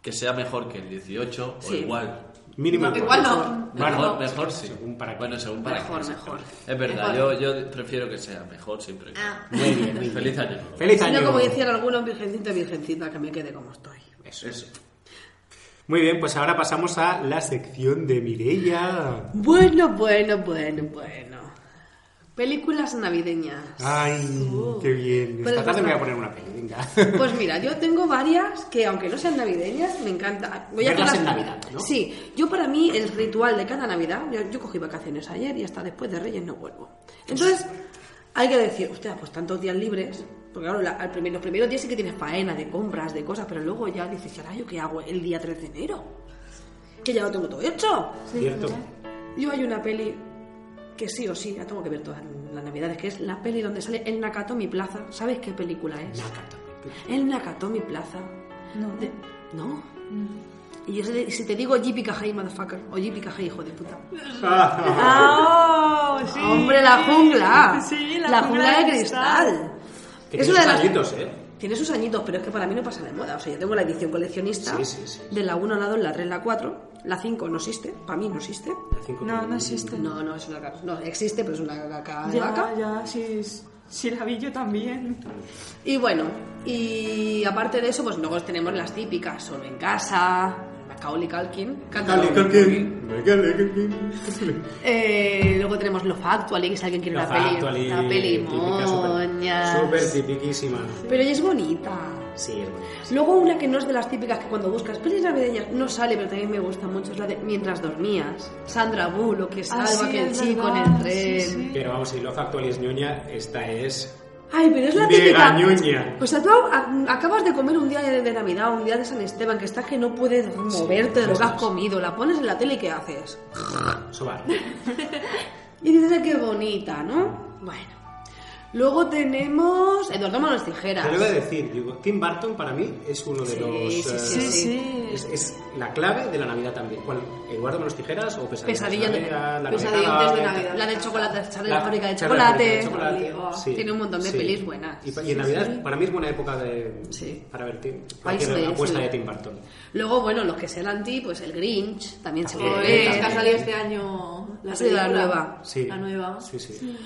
que sea mejor que el 18 o Sí. igual. Mínimo. No, igual Pues no. Bueno, Mejor, mejor sí. Según para qué. Bueno, según para Mejor, qué, mejor. Es verdad, Mejor. Yo, yo prefiero que sea mejor siempre. Ah. Muy bien, muy bien. Feliz año. nuevo. Feliz Si año. no, como decían algunos, virgencita, virgencita, que me quede como estoy. Eso. Eso. Muy bien, pues ahora pasamos a la sección de Mireia. Bueno, bueno, bueno, bueno. Películas navideñas. Ay, Uh. qué bien. Pues Esta tarde me voy a bueno. poner una peli, venga. Pues mira, yo tengo varias que aunque no sean navideñas, me encanta. Voy a Verlas hacer en las- Navidad, ¿no? Sí, yo para mí el ritual de cada Navidad, yo, yo cogí vacaciones ayer y hasta después de Reyes no vuelvo. Entonces, hay que decir, hostia, pues tantos días libres, porque claro, la- al primer- los primeros días sí que tienes faena de compras, de cosas, pero luego ya dices, ¿y ahora yo qué hago el día 3 de enero? Que ya lo tengo todo hecho. Cierto. Yo hay una peli que sí o sí, la tengo que ver todas las navidades, que es la peli donde sale el Nakatomi Plaza. ¿Sabes qué película es? El Nakatomi Plaza. No. De- ¿No? Y yo sé- si te digo JP Kajay, motherfucker, o JP Kajay, hijo de puta. ¡Ah! sí. ¡Hombre, la jungla! Sí, la, jungla, de cristal. Que Es tiene una de sus las- añitos, ¿eh? Tiene sus añitos, pero es que para mí no pasa de moda. O sea, yo tengo la edición coleccionista Sí, sí, sí. de la 1, la 2, la 3, la 4. La 5 no existe, para mí no existe. Cinco No, no minutos. existe. No, no, es una caca. No, existe, pero es una caca. de Ya, vaca. ya, sí, sí la vi yo también. Y bueno, y aparte de eso, pues luego tenemos las típicas, solo en casa, Macaulay Culkin, cántalo. Dale, Calquín. Dale, Calquín. Eh, luego tenemos Love Actually, que si alguien quiere La la peli, Factually, la peli típica, súper- moñas. Súper tipiquísima. Pero ella es bonita. Sí, es bonita. Luego una que no es de las típicas que cuando buscas pelis navideñas no sale, pero también me gusta mucho, es la de Mientras dormías. Sandra Bullock que salva Ah, sí, a aquel es chico en verdad, el sí, tren. sí. Pero vamos, si lo factual es ñoña, esta es Ay, pero es la Mega típica. ñoña. Pues tú a- acabas de comer un día de, de Navidad, un día de San Esteban, que estás que no puedes moverte de lo que has comido. La pones en la tele y ¿qué haces? sobar. Y dices, "Ay, qué bonita, ¿no? Bueno. Luego tenemos Eduardo Manos Tijeras. Te lo voy a decir, digo, Tim Burton para mí es uno de Sí, los... sí, eh, sí, sí. Es, es la clave de la Navidad también. ¿Cuál? ¿Eduardo manos tijeras o pesadillas? Pesadilla de, Navidad, la Pesadilla Navidad, antes de Navidad. La de chocolate, sale la fábrica de fábrica chocolate. de chocolate, sí, Tiene un montón de sí. pelis buenas. Y, pa- y en Navidad para mí es buena época de, Sí. para ver Tim- Ahí cualquier estoy, apuesta sí. de Tim Burton. Luego, bueno, los que sean anti, pues el Grinch también se También, puede también. ver. que ha salido este año Ha salido la película. nueva. Sí. La nueva. Sí, sí.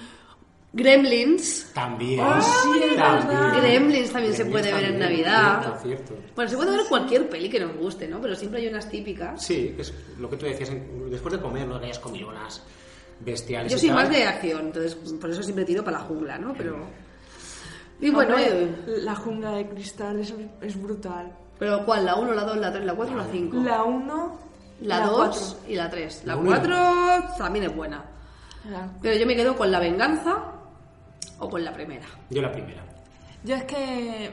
Gremlins. También. es verdad. Gremlins también se puede ver en Navidad. cierto, cierto. Bueno, se puede ver cualquier peli que nos guste, ¿no? Pero siempre hay unas típicas. Sí, que es lo que tú decías, en- después de comer, no hayas comido unas bestiales. Yo y soy tal. más de acción, entonces por eso siempre tiro para la jungla, ¿no? Pero. Y bueno, Hombre, eh, la jungla de cristal es, es brutal. ¿pero cuál? ¿La 1, la 2, la 3, la 4 o la 5? La 1, La 2 y la 3. La 4 también es buena. Pero yo me quedo con la venganza o con la primera. Yo la primera. Yo es que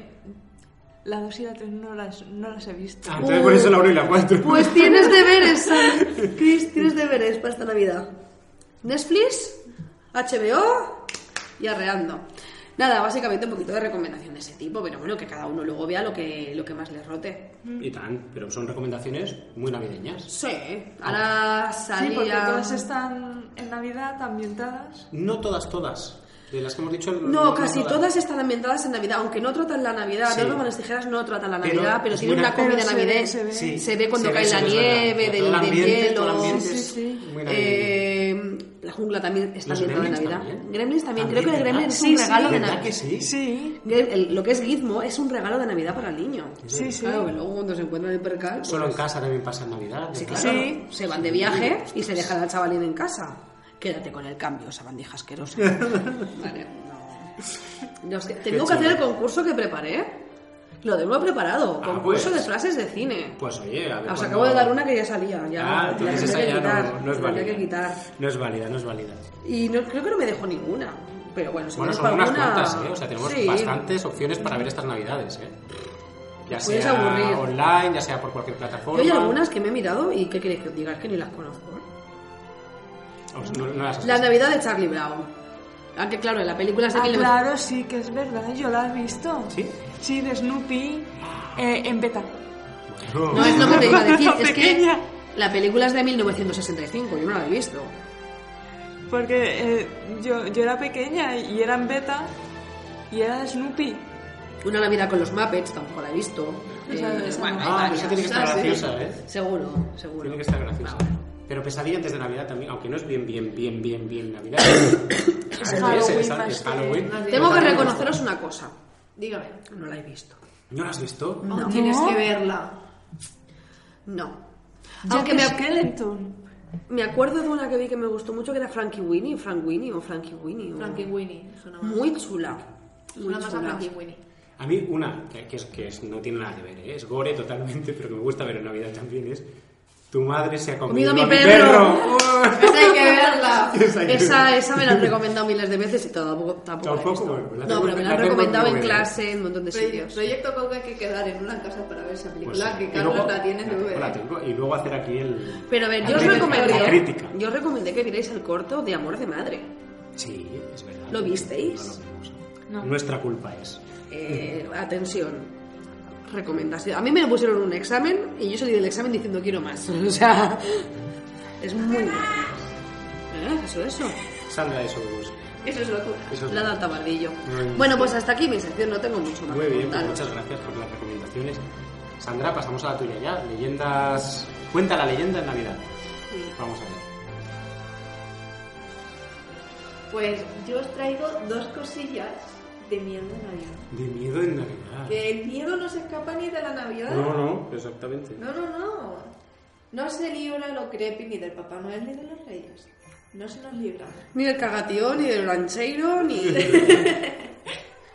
la 2 y la 3 no las, no las he visto. Ah, entonces por eso la 1 y la 4. Uh. Pues tienes deberes, Sam. Chris, tienes deberes para esta Navidad. Netflix, HBO y arreando. Nada, básicamente un poquito de recomendación de ese tipo, pero bueno, que cada uno luego vea lo que, lo que más le rote. Y tan, pero son recomendaciones muy navideñas. Sí, ahora Sí, porque Ah, salía... todas están en Navidad ambientadas. No todas, todas. De las que hemos dicho... No, casi todas están ambientadas en Navidad, aunque no tratan la Navidad. Sí. Dos romanas tijeras no tratan la Pero Navidad, pero, es tienen buena- una comida Pero se ve, navideña. se ve. Sí, Se ve cuando se ve, cae se la ve, es verdad. nieve, Todo del, el ambiente, del todo el hielo. ambiente Sí, es sí, sí. muy navideño. Eh, la jungla también está Los ambientada en Gremlins Navidad. también. Gremlins También, también, creo que el ¿verdad? Gremlins es Sí, un sí. regalo de ¿Verdad Navidad. que sí? Sí. Gre- el- lo que es Gizmo es un regalo de Navidad para el niño. Sí, sí. Claro, que luego cuando se encuentran el percal, pues, Solo en casa también pasa en Navidad. sí, claro. claro, se van de viaje y se dejan al chavalín en casa. Quédate con el cambio, esa bandija asquerosa. vale, no. Yo es que tengo que hacer el concurso que preparé. Lo tengo preparado. Ah, concurso pues. de frases de cine. Pues oye, a ver Os cuándo- Ah, acabo de dar una que ya salía. Ya, Ah, la entonces tendría esa que ya quitar, no, no es la tendría válida. que quitar. No es válida, no es válida. Y no, creo que no me dejó ninguna. Pero bueno, si Bueno, me son dejo unas alguna- cuantas, ¿eh? O sea, tenemos Sí. bastantes opciones para ver estas navidades, ¿eh? Ya Puedes sea aburrir. online, ya sea por cualquier plataforma. Yo hay algunas que me he mirado y ¿qué queréis que os diga? Es que ni las conozco. ¿eh? O sea, no, no las has La visto. Navidad de Charlie Brown. Aunque claro, en la película está Ah, que le- claro, sí, que es verdad, yo la he visto. ¿Sí? Sí, de Snoopy eh, en beta. Bueno, No es lo que te iba a decir, es que Pequeña. la película es de 1965, yo no la he visto. Porque eh, yo, yo era pequeña y era en beta y era de Snoopy. Una Navidad con los Muppets tampoco la he visto. Eh, Esa- esa bueno, no. hay Ah, varias, esa tiene que estar ¿sabes? graciosa, ¿eh? Seguro, seguro. Tiene que estar graciosa. Vamos. Pero pesadilla antes de Navidad también, aunque no es bien, bien, bien, bien, bien Navidad. es Halloween es- más es que Halloween. Tengo que reconoceros una cosa. Dígame. No la he visto. ¿No la has visto? No. Tienes que verla. No. Aunque me, ac- Skeleton. me acuerdo de una que vi que me gustó mucho que era Frankie Winnie, Frank Winnie o Frankie Winnie. o- Frankie Winnie. Suena más, Muy chula. Muy suena más a chula. Frankie Winnie. A mí una, que, que es, que es- no tiene nada que ver, ¿eh? es gore totalmente, pero que me gusta ver en Navidad también, es Tu madre se ha comido, Comido mi a mi perro. perro. Esa hay que verla. Esa hay que Esa, verla. esa me la han recomendado miles de veces y tampoco, tampoco, la he Tampoco, visto. bueno, pues la no, tengo- pero me la la han tengo recomendado que en ver. clase, en un montón de Proye- sitios. Proyecto con que hay que quedar en una casa para ver esa Pues película, sí. que Y Carlos luego- la tiene de tengo, la ver. tengo, y luego hacer aquí el... Pero a ver, la yo os crítica, La recomendé, crítica. yo os recomendé que vierais el corto de Amor de Madre. Sí, es verdad. ¿Lo visteis? No lo vimos. Nuestra culpa es. Eh, Mm. atención. Recomendación. A mí me lo pusieron en un examen y yo salí del examen diciendo quiero más. O sea, es muy bueno. ¿Eh? Eso, eso. Sandra de sus... Eso es locura. esos- La del tabardillo. Mm. Bueno, pues hasta aquí mi sección, no tengo mucho más. Muy que bien, pues contar. muchas gracias por las recomendaciones. Sandra, pasamos a la tuya ya. Leyendas... Cuenta la leyenda en Navidad. Vamos a ver. Pues yo os traigo dos cosillas de miedo de Navidad. De miedo en Navidad. Que el miedo no se escapa ni de la Navidad. No, no, exactamente. No, no, no. No se libra lo creepy ni del Papá Noel ni de los Reyes. No se nos libra. Ni del cagatión, ni del rancheiro, ni...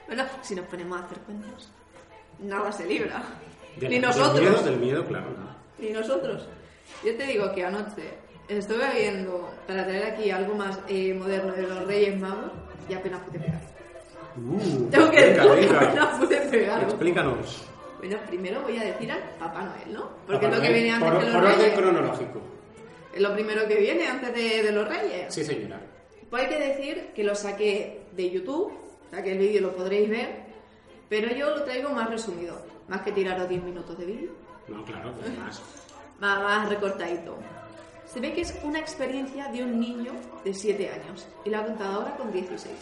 Bueno, si nos ponemos a hacer cuentas, nada se libra. Del- ni Del miedo, nosotros. del miedo, claro. ¿no? Ni nosotros. Yo te digo que anoche estuve viendo, para traer aquí algo más eh, moderno de los Reyes Magos, y apenas pude pegar. Uh, Tengo que venga, decir que venga. apenas pude pegar. Explícanos. Bueno, primero voy a decir al Papá Noel, ¿no? Porque Papá es lo que Noel, viene antes por, de los por Reyes. orden cronológico. Es lo primero que viene antes de, de los Reyes. Sí, señora. Pues hay que decir que lo saqué de YouTube, o sea que el vídeo lo podréis ver, pero yo lo traigo más resumido, más que tiraros 10 minutos de vídeo, No, claro, pues además. más, más recortadito. Se ve que es una experiencia de un niño de 7 años y la ha contado ahora con 16.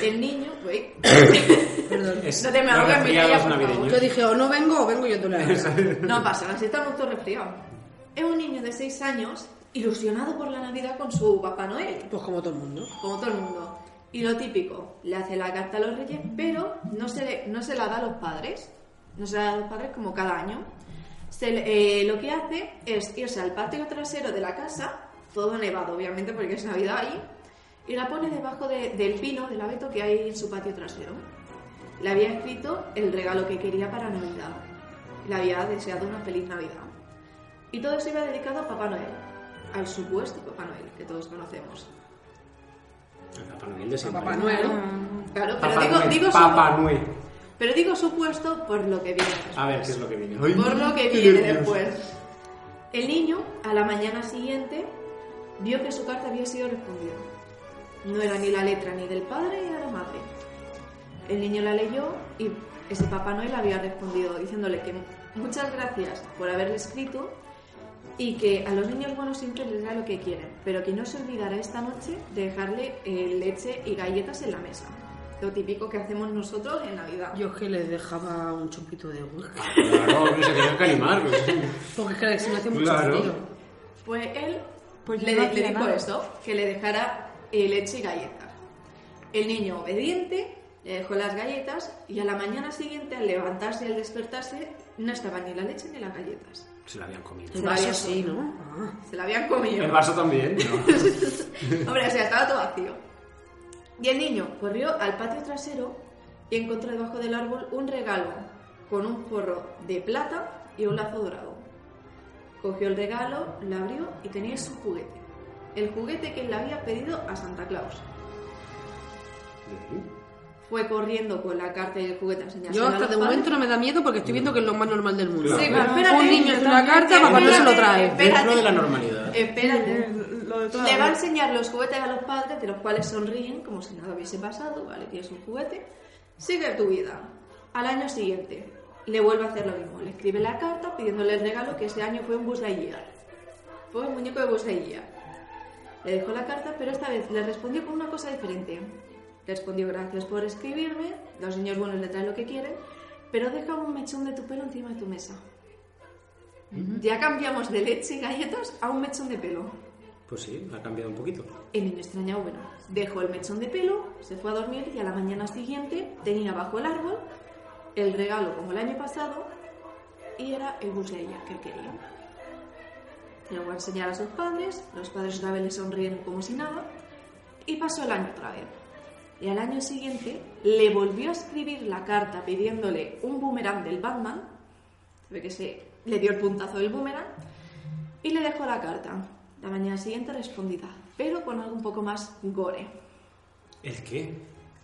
El niño, uy, Es No te me los ahogues, Mireia, resfriados por favor. navideños. Yo dije, o no vengo o vengo yo tú la No pasa, nada, si estamos todos resfriados. Es un niño de 6 años ilusionado por la Navidad con su Papá Noel, Pues como todo el mundo. como todo el mundo. Y lo típico, le hace la carta a los reyes, pero no se, le- no se la da a los padres. No se la da a los padres como cada año. Se le- eh, lo que hace es irse al patio trasero de la casa, todo nevado obviamente porque es Navidad ahí, y la pone debajo de- del pino, del abeto que hay en su patio trasero. Le había escrito el regalo que quería para Navidad. Le había deseado una feliz Navidad. Y todo eso iba dedicado a Papá Noel, al supuesto Papá Noel que todos conocemos. Papá Noel de siempre. Papá Noel. Claro, pero Papá digo, Noel, digo Papá supu- Noel. pero digo supuesto por lo que viene. después. A ver qué es lo que viene. Por lo que viene después. El niño, a la mañana siguiente, vio que su carta había sido respondida. No era ni la letra ni del padre ni de la madre. El niño la leyó y ese Papá Noel había respondido diciéndole que muchas gracias por haberle escrito y que a los niños buenos siempre les da lo que quieren, pero que no se olvidará esta noche de dejarle eh, leche y galletas en la mesa. Lo típico que hacemos nosotros en Navidad. Yo es que les dejaba un chupito de whisky. Claro, no se tenía que animar. pues. Porque es que se me hace mucho Claro. sentido. Pues él Pues yo le, no le hacía dijo nada. eso, que le dejara eh, leche y galletas. El niño obediente le dejó las galletas y a la mañana siguiente, al levantarse y al despertarse, no estaba ni la leche ni las galletas. Se la habían comido. El Se la vaso habían- sí, ¿no? Ah. Se la habían comido. El vaso también. Hombre, o sea, estaba todo vacío. Y el niño corrió al patio trasero y encontró debajo del árbol un regalo con un forro de plata y un lazo dorado. Cogió el regalo, lo abrió y tenía su juguete. El juguete que le había pedido a Santa Claus. Fue corriendo con la carta y el juguete a enseñárselo Yo a hasta los de padres. momento no me da miedo porque estoy viendo que es lo más normal del mundo. Sí, pero espérate, un niño hace una espérate, carta, papá no se lo trae. espérate, Dentro de la normalidad. Espérate. Lo de toda Le la va a vida. enseñar los juguetes a los padres, de los cuales sonríen como si nada hubiese pasado, ¿vale? Tienes un juguete. Sigue tu vida. Al año siguiente, le vuelve a hacer lo mismo. Le escribe la carta pidiéndole el regalo que ese año fue un Buzz Lightyear. Fue un muñeco de Buzz Lightyear. Le dejó la carta, pero esta vez le respondió con una cosa diferente. Le respondió gracias por escribirme, los niños buenos le traen lo que quieren, pero deja un mechón de tu pelo encima de tu mesa. Ya cambiamos de leche y galletas a un mechón de pelo. Pues sí, ha cambiado un poquito. El niño extrañado, bueno, dejó el mechón de pelo, se fue a dormir y a la mañana siguiente tenía bajo el árbol el regalo como el año pasado y era el bus de ella que quería. Le voy a enseñar a sus padres, los padres otra vez le sonrieron como si nada y pasó el año otra vez. Y al año siguiente le volvió a escribir la carta pidiéndole un boomerang del Batman, porque se le dio el puntazo del boomerang, y le dejó la carta. La mañana siguiente respondida, pero con algo un poco más gore. ¿El qué?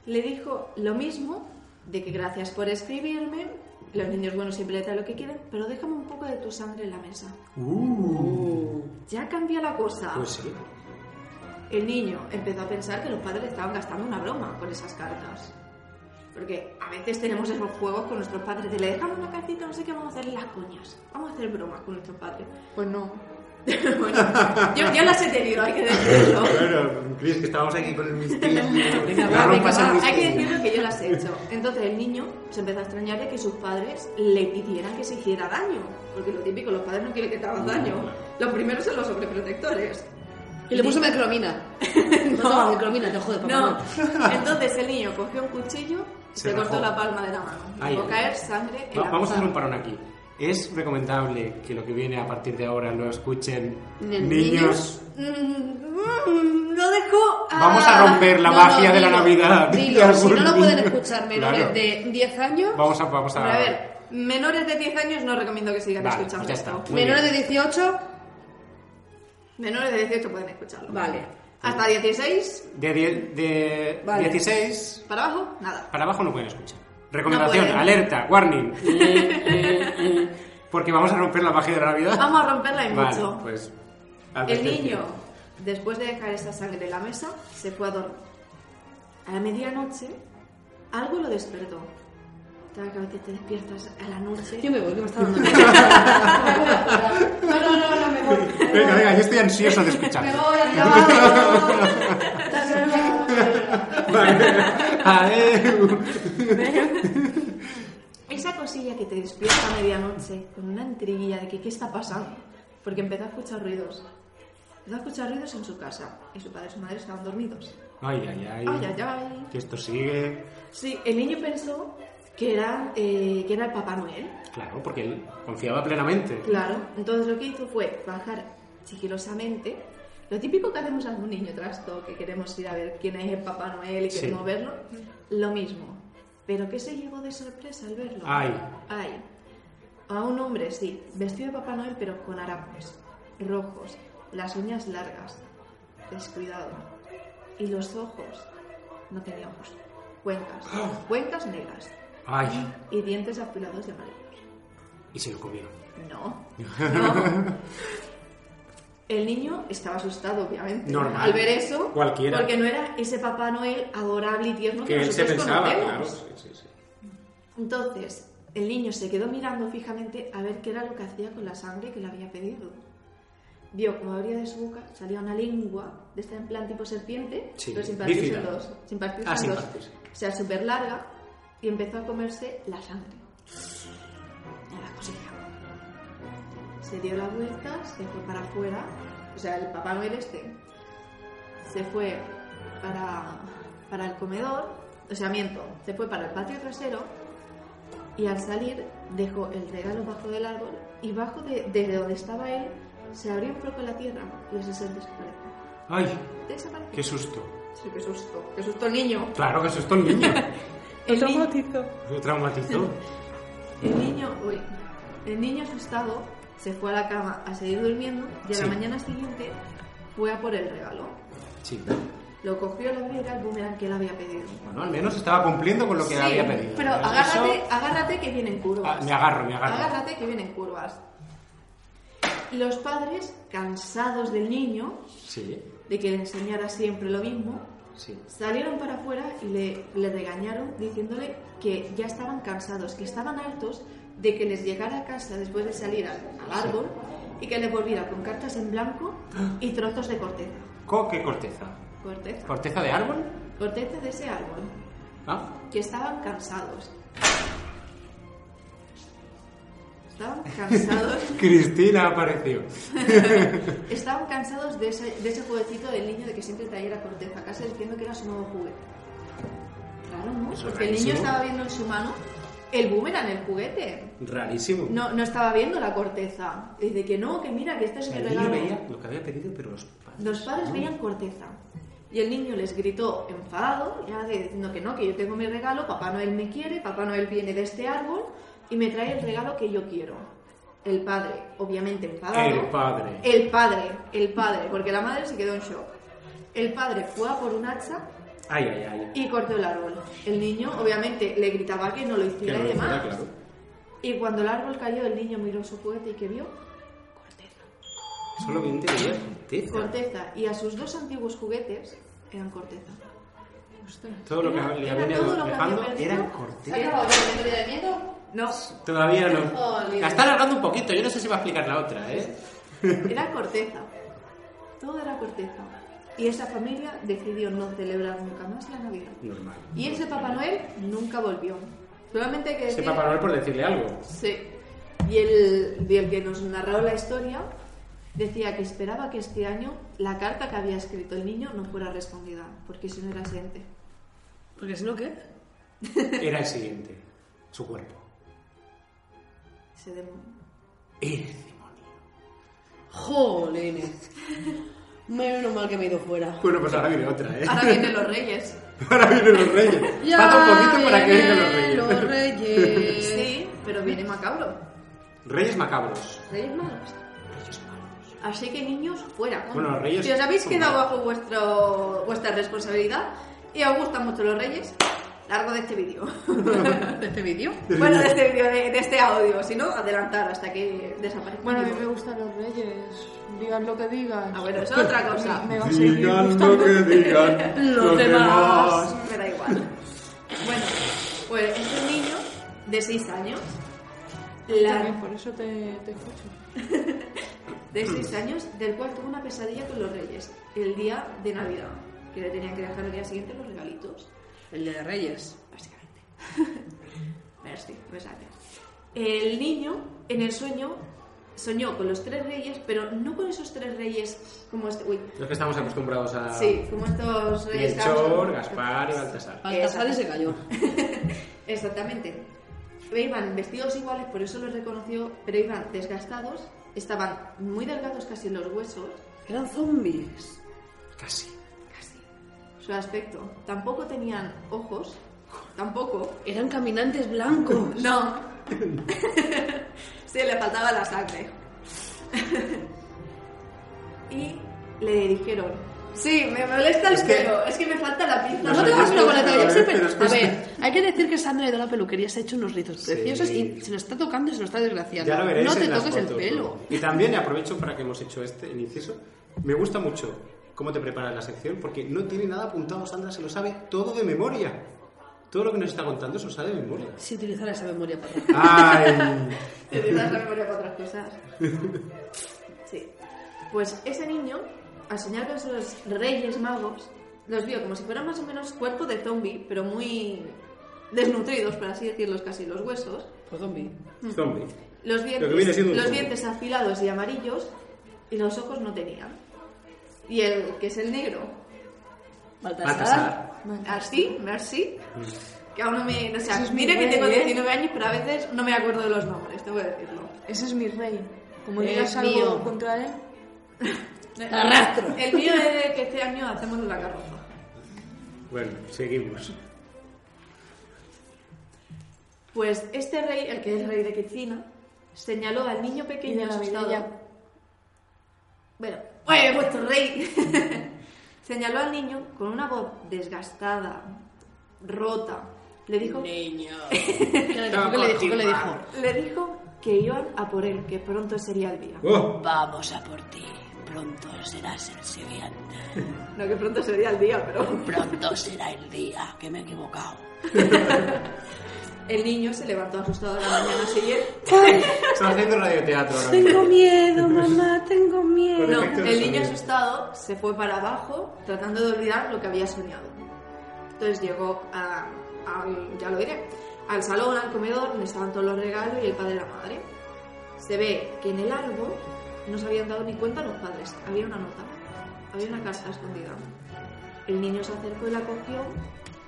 Le dijo lo mismo, de que gracias por escribirme, los niños buenos siempre le traen lo que quieren, pero déjame un poco de tu sangre en la mesa. Uh, Uh. Ya cambió la cosa. Pues sí. El niño empezó a pensar que los padres le estaban gastando una broma con esas cartas. Porque a veces tenemos esos juegos con nuestros padres de le dejamos una cartita, no sé qué, vamos a hacerle las coñas. Vamos a hacer bromas con nuestros padres. Pues no. bueno, yo, yo las he tenido, hay que decirlo. Bueno, Cris, que estábamos aquí con el misterio. Venga, La va, venga, ropa es el va. Hay misterio. que decirlo que yo las he hecho. Entonces el niño se empezó a extrañar de que sus padres le pidieran que se hiciera daño. Porque lo típico, los padres no quieren que te hagas daño. Los primeros son los sobreprotectores. Y le puso metcromina. No tomas metcromina, te jode, papá. No. no. Entonces el niño cogió un cuchillo y Se se, cortó rajó. la palma de la mano. Ay, Dejó ay, caer sangre en Va- la vamos a mesa. hacer un parón aquí. ¿Es recomendable que lo que viene a partir de ahora lo escuchen Ni- niños? Mm, Lo dejo. a- Vamos a romper la magia de la Navidad. De Dilo, algún si no lo niño. pueden escuchar menores Claro. de 10 años, Vamos a... Vamos a... Hombre, a ver, menores de 10 años no recomiendo que sigan Vale, escuchando pues ya está. esto. Muy menores de bien. 18, Menores de 18 pueden escucharlo. vale. Hasta 16, De, die- de Vale. 16 para abajo, nada. para abajo no pueden escuchar. Recomendación, pueden. alerta, warning. Porque vamos a romper la magia de la Navidad. Vamos a romperla en Vale, mucho. pues... El advertencia. niño, después de dejar esa sangre en la mesa, se fue a dormir. A la medianoche, algo lo despertó. Cada vez que te despiertas a la noche. Yo me voy, que me está dando. No, no, no, no, me voy. Venga, venga, yo estoy ansioso de Me escuchar. voy al trabajo. Hasta luego. Adeu. Esa cosilla que te despierta a medianoche con una intriguilla de que qué está pasando, porque empezó a escuchar ruidos. Empezó a escuchar ruidos en su casa y su padre y su madre estaban dormidos. Ay, ay, ay. Ay, ay, ay. Que esto sigue. Sí, el niño pensó que era, eh, que era el Papá Noel. Claro, porque él confiaba plenamente. Claro, entonces lo que hizo fue bajar sigilosamente. Lo típico que hacemos algún niño trasto, que queremos ir a ver quién es el Papá Noel y Sí. queremos verlo, lo mismo. Pero ¿qué se llevó de sorpresa al verlo? Ay. Ay. A un hombre, sí, vestido de Papá Noel, pero con harapos, rojos, las uñas largas, descuidado. Y los ojos, no tenía ojos, cuencas, Ah. cuencas negras Ay. y dientes afilados de amarillo. Y se lo comió. No. no. El niño estaba asustado, obviamente, Normal. al ver eso. Cualquiera. Porque no era ese Papá Noel adorable y tierno que, que él se nosotros pensaba, conocemos. claro. Sí, sí, sí. Entonces, el niño se quedó mirando fijamente a ver qué era lo que hacía con la sangre que le había pedido. Vio como abría de su boca, salía una lengua, de esta en plan tipo serpiente, Sí, pero sin partirse en bífida. dos. Sin partirse Ah, en sin dos. partirse. O sea, súper larga, y empezó a comerse la sangre. Era la cosilla. Se dio la vuelta, se fue para afuera, o sea, el Papá Noel este se fue para, para el comedor, o sea, miento, se fue para el patio trasero y al salir dejó el regalo bajo del árbol y bajo de, desde donde estaba él se abrió un poco la tierra y los sesos desaparecieron. Ay, Desaparecieron. qué susto. Sí, qué susto, qué susto el niño. Claro que susto el niño. El niño, Lo traumatizó. el niño, uy, el niño asustado se fue a la cama a seguir durmiendo y a Sí. la mañana siguiente fue a por el regalo. Sí. Lo cogió, lo abrió y era el boomerang que él había pedido. Bueno, al menos estaba cumpliendo con lo que Sí, había pedido. Pero Eso- agárrate, agárrate que vienen curvas. Ah, me agarro, me agarro. Agárrate que vienen curvas. Los padres, cansados del niño, Sí, de que le enseñara siempre lo mismo, sí. salieron para afuera y le, le regañaron diciéndole que ya estaban cansados, que estaban hartos de que les llegara a casa después de salir al, al árbol y que le volviera con cartas en blanco y trozos de corteza. ¿Con qué corteza? Corteza. ¿Corteza de árbol? Corteza de ese árbol. Ah, que estaban cansados. Estaban cansados, Cristina apareció. estaban cansados de ese, de ese juguetito del niño de que siempre traía la corteza a casa diciendo que era su nuevo juguete. Claro, ¿no? Eso es Porque el niño rarísimo. estaba viendo en su mano el boomerang, el juguete. Rarísimo. No, no estaba viendo la corteza. Y Dice que no, que mira, que este O es sea, mi el niño regalo. veía lo que había pedido, pero los padres. Los padres no. veían corteza. Y el niño les gritó enfadado, ya de- diciendo que no, que yo tengo mi regalo, Papá Noel me quiere, Papá Noel viene de este árbol y me trae el regalo que yo quiero. El padre, obviamente enfadado. Ah, El padre. El padre, el padre, porque la madre se quedó en shock. El padre fue a por un hacha Ay, ay, ay. y cortó el árbol. El niño, obviamente, le gritaba que no lo Que no hiciera y lo demás. hiciera, claro. Y cuando el árbol cayó, el niño miró su juguete y que vio Solo vi veía corteza. corteza. Y a sus dos antiguos juguetes eran corteza. Todo lo que le Era habían todo lo ido que dejando había perdido. eran ¿Se ha corteza. acabado la historia de miedo? No, Todavía no. Jolín. La está alargando un poquito, yo no sé si va a explicar la otra, ¿eh? era corteza. Todo era corteza. Y esa familia decidió no celebrar nunca más la Navidad. Normal. Y ese Papá Noel nunca volvió. Solamente hay que decir... Ese Papá Noel por decirle algo. Sí. Y el, y el que nos narró la historia decía que esperaba que este año la carta que había escrito el niño no fuera respondida, porque si no era ese ente. Porque si no, ¿qué? Era el siguiente. Su cuerpo. Ese demonio. Era el demonio. Jolines. Menos mal que me he ido fuera. Bueno, pues ahora viene otra, ¿eh? Ahora vienen los reyes. Ahora vienen los reyes. Falta un poquito para que vengan los vienen reyes. Los reyes. Sí, pero viene macabro. Reyes macabros. Reyes malos. Así que niños, fuera. Bueno, los reyes Si os habéis son quedado malos. bajo vuestro, vuestra responsabilidad y os gustan mucho los reyes, largo de este vídeo. ¿De este vídeo? bueno, de este vídeo, de, de este audio. Si no, adelantar hasta que desaparezca. Bueno, a mí Digo, me gustan los reyes. Digan lo que digan. Ah, bueno, eso es otra cosa. Me va a seguir Digan lo gustando. que digan Los demás. Me da igual. Bueno, pues es un niño de 6 años. La, También por eso te, te escucho. de 6 años, del cual tuvo una pesadilla con los reyes el día de Navidad, que le tenían que dejar el día siguiente los regalitos. El de Reyes. básicamente. pues Merci, me sale. El niño, en el sueño, soñó con los tres reyes, pero no con esos tres reyes como este. Uy, Los que estamos acostumbrados a. sí, como estos reyes. Ah, Melchor, gauchos. Gaspar y Baltasar. Baltasar y se cayó. Exactamente. Pero Iban vestidos iguales, por eso los reconoció, pero iban desgastados, estaban muy delgados casi en los huesos, Eran zombies. Casi. casi. Su aspecto. Tampoco tenían ojos, tampoco. Eran caminantes blancos. No. sí, le faltaba la sangre. y le dijeron, sí, me molesta el Es que- pelo, es que me falta la pinza. No te Los hagas una reyes, boleta, yo pero siempre- es que A los- ver, hay que decir que Sandra ha ido a la peluquería, se ha hecho unos rizos preciosos y se lo está tocando y se lo está desgraciando. Ya lo veréis no te en las toques el fotos, pelo. ¿no? Y también aprovecho para que hemos hecho este el inciso. Me gusta mucho cómo te preparas la sección porque no tiene nada apuntado Sandra, se lo sabe todo de memoria. Todo lo que nos está contando se lo sabe de memoria. Si utilizar esa memoria para Ay. Te utilizas la memoria para otras cosas. Sí. Pues ese niño, al soñar con sus reyes magos, los vio como si fueran más o menos cuerpo de zombie, pero muy desnutridos, por así decirlos, casi los huesos. Pues zombie. Zombie. Los Lo que viene dientes, siendo un los zombie. dientes afilados y amarillos, y los ojos no tenían. Y el que es el negro, Baltasar. así, así, Mm. que aún no me. No sé, Eso es mire muy que tengo guay, ¿eh? 19 años, pero a veces no me acuerdo de los nombres, tengo que decirlo. Ese es mi rey. Como Es digas algo Eh, mío. contra él, arrastro. El mío es de que este año hacemos la carroza. Bueno, seguimos. Pues este rey, el que es rey de Quecina, señaló al niño Y de pequeño la asustado. vidilla. Bueno, ¡oye, vuestro rey! señaló al niño con una voz desgastada, rota. Le dijo, Niño. ¿Qué le dijo? ¿Qué le dijo? ¿Qué le dijo? le dijo que iban a por él, que pronto sería el día. Oh, Vamos a por ti. Pronto serás el siguiente. No, que pronto sería el día, pero... Pronto será el día que me he equivocado. El niño se levantó asustado a la mañana siguiente. están haciendo radioteatro ahora mismo. Tengo miedo, mamá, tengo miedo. Con No, efectos de el niño sonido. asustado se fue para abajo tratando de olvidar lo que había soñado. Entonces llegó a, al- ya lo diré, al salón, al comedor, donde estaban todos los regalos y el padre y la madre. Se ve que en el árbol no se habían dado ni cuenta los padres, había una nota, había una carta escondida. El niño se acercó y la cogió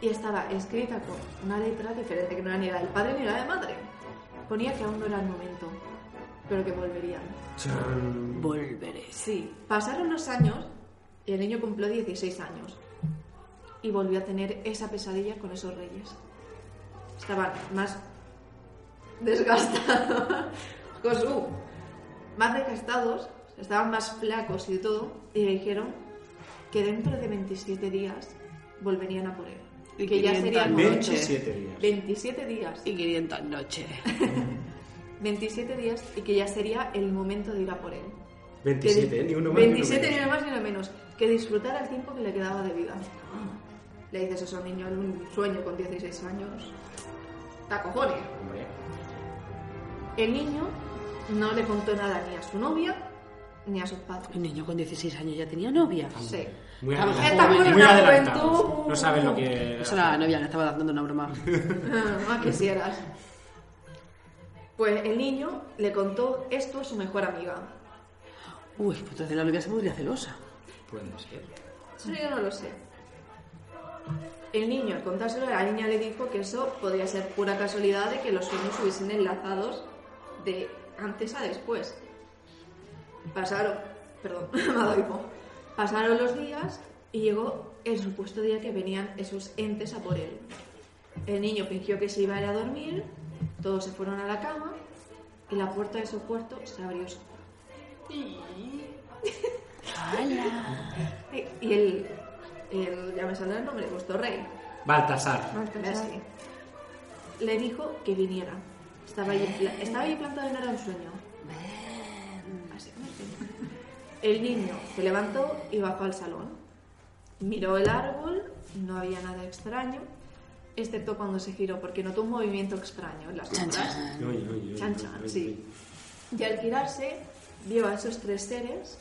y estaba escrita con una letra diferente que no era ni la del padre ni la de la madre. Ponía que aún no era el momento, pero que volverían. Chan. Volveré. Sí, pasaron los años y el niño cumplió 16 años y volvió a tener esa pesadilla con esos reyes. Estaban más desgastados, con su- más desgastados, estaban más flacos y de todo, y le dijeron que dentro de 27 días volverían a por él. Y que ya querían sería tan- noche. 27 días. 27 días. Y 500 noches. 27 días y que ya sería el momento de ir a por él. 27, Que- ¿eh? ni uno más. ni uno 27 ni menos. uno más ni uno menos. Que disfrutara el tiempo que le quedaba de vida. Le dices eso a un niño en un sueño con 16 años. ¡Ta cojones! Hombre. El niño no le contó nada ni a su novia ni a sus padres. El niño con 16 años ya tenía novia. Sí. Muy La mujer adelantados. tampoco Muy era adelantados. juventud. No saben lo que. Esa era la novia, le estaba dando una broma. Ah, quisieras. Pues el niño le contó esto a su mejor amiga. Uy, pues entonces la novia se podría celosa. Puede ser. Eso yo no lo sé. El niño, al contárselo, la niña le dijo que eso podría ser pura casualidad de que los sueños hubiesen enlazados de antes a después. Pasaron, perdón, me ha dado hipo. Pasaron los días y llegó el supuesto día que venían esos entes a por él. El niño fingió que se iba a ir a dormir, todos se fueron a la cama y la puerta de su cuarto se abrió sola. Y- Y el, el- ya me saldrá el nombre, vuestro rey. Baltasar. Merci. Le dijo que viniera. Estaba allí, pla- estaba allí plantado y no era un sueño. Básicamente. El niño se levantó y bajó al salón. Miró el árbol, no había nada extraño, excepto cuando se giró, porque notó un movimiento extraño en las sombras. Oye, oye, oye, Chan, oye, chan, oye, sí. Y al girarse, vio a esos tres seres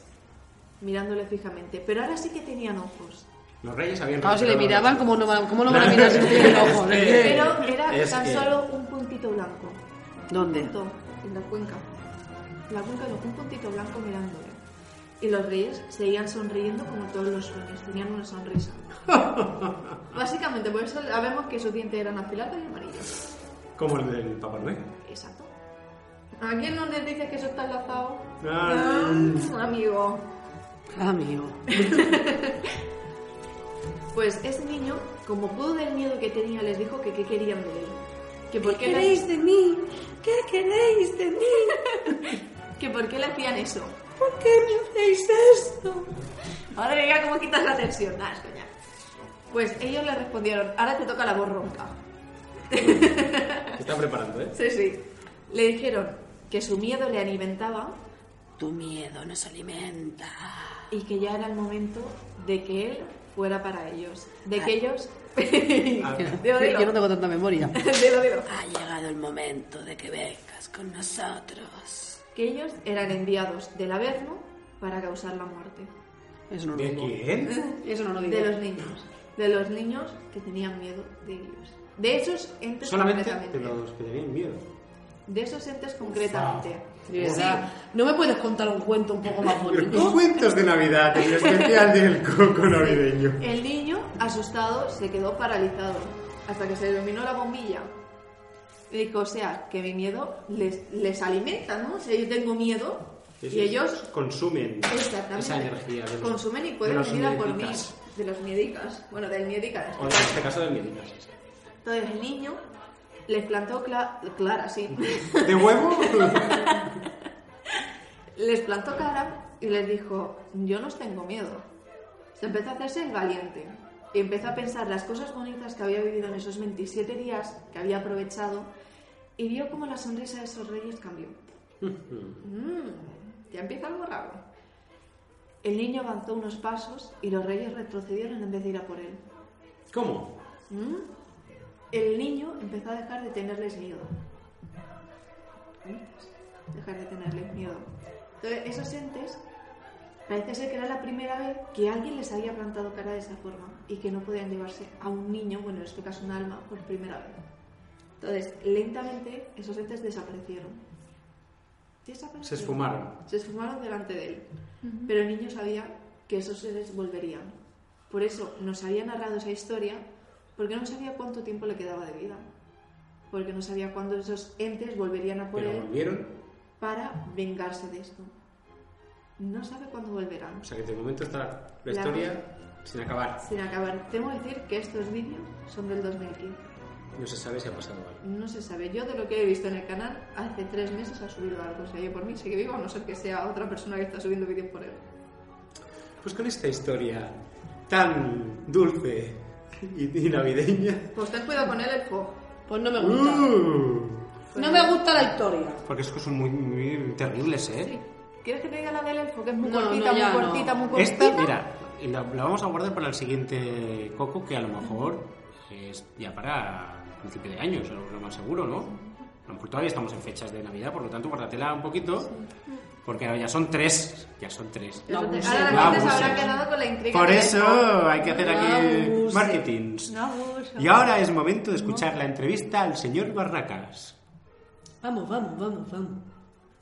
mirándole fijamente. Pero ahora sí que tenían ojos. oye. Los reyes habían. Claro, si le recuperado miraban, la- ¿cómo no, van- cómo no van a mirar si no tienen ojos? Es que- Pero era es tan que- solo un puntito blanco. ¿Dónde? Punto, en la cuenca. la punta con un puntito blanco mirándole. Y los reyes seguían sonriendo como todos los reyes, tenían una sonrisa. Básicamente, por eso sabemos que sus dientes eran afilados y amarillos. Como el del Papá Noel. Exacto. ¿A quién no les dices que eso está enlazado? Ah. Ah, amigo. Amigo. Pues ese niño, como pudo del miedo que tenía, les dijo que qué querían de él. Que por qué, ¿Qué le- queréis de mí? ¿Qué queréis de mí? que por qué le hacían eso. ¿Por qué me hacéis esto? Ahora veía cómo quitas la tensión. Nada, es coña. Pues ellos le respondieron, ahora te toca la voz ronca. Se está preparando, ¿eh? Sí, sí. Le dijeron que su miedo le alimentaba Tu miedo nos alimenta. y que ya era el momento de que él fuera para ellos. De Ah. que ellos... Dilo, dilo. Yo no tengo tanta memoria. Dilo, dilo. Ha llegado el momento de que vengas con nosotros. Que ellos eran enviados del Averno para causar la muerte. Eso no lo ¿De digo. quién? Eso no lo digo. De los niños. De los niños que tenían miedo de ellos. De esos entes Solamente de concretamente. los que tenían miedo. De esos entes concretamente. De verdad. ¿No me puedes contar un cuento un poco más Los bonito? cuentos de Navidad, el especial del coco navideño. El niño, asustado, se quedó paralizado hasta que se iluminó la bombilla. Y dijo, o sea, que mi miedo les, les alimenta, ¿no? Si yo tengo miedo y ellos consumen exactamente, esa energía. de los- consumen y de pueden los ir a por mí. miedicas. De los miedicas. Bueno, del miedicas. O en este caso de miedicas. Entonces el niño les plantó cla- clara, sí. ¿De huevo? les plantó cara y les dijo, yo no os tengo miedo. Se empezó a hacerse el valiente y empezó a pensar las cosas bonitas que había vivido en esos 27 días que había aprovechado y vio cómo la sonrisa de esos reyes cambió. Mm, ya empieza algo raro. El niño avanzó unos pasos y los reyes retrocedieron en vez de ir a por él. ¿Cómo? Mm, El niño empezó a dejar de tenerles miedo. Entes, Dejar de tenerles miedo. Entonces, esos entes, parece ser que era la primera vez que alguien les había plantado cara de esa forma y que no podían llevarse a un niño, bueno, en este caso un alma, por primera vez. Entonces, lentamente, esos entes desaparecieron. Desaparecieron. Se esfumaron. Se esfumaron delante de él. Pero el niño sabía que esos seres volverían. Por eso nos había narrado esa historia, porque no sabía cuánto tiempo le quedaba de vida. Porque no sabía cuándo esos entes volverían a por Pero él volvieron. para vengarse de esto. No sabe cuándo volverán. O sea que de momento está la La- historia sin acabar. Sin acabar, tengo que decir que estos vídeos son del 2015. No se sabe si ha pasado algo. No se sabe. Yo de lo que he visto en el canal, hace tres meses ha subido algo. O sea, yo por mí sigue vivo, a no ser que sea otra persona que está subiendo vídeos por él. Pues con esta historia tan dulce y, y navideña. Pues ten cuidado con él, el fo. Pues no me gusta. ¡Uh! No me gusta la historia. Porque es que son muy, muy terribles, ¿eh? Sí. ¿Quieres que te diga la del elfo? Que es muy No, cortita, no, ya muy no. cortita, muy cortita. Esta, Este, mira, la, la vamos a guardar para el siguiente coco, que a lo mejor es ya para principio de año, eso es lo más seguro, ¿no? A lo mejor todavía estamos en fechas de Navidad, por lo tanto, guárdatela un poquito, porque ahora ya son tres, ya son tres. No abuses. Ahora No la gente se habrá abuses. quedado con la intriga. Por del eso hay que hacer No aquí abuses. marketing. elfo. No, abuso. Y ahora es momento de escuchar la entrevista al señor Barracas. Vamos, vamos, vamos, vamos.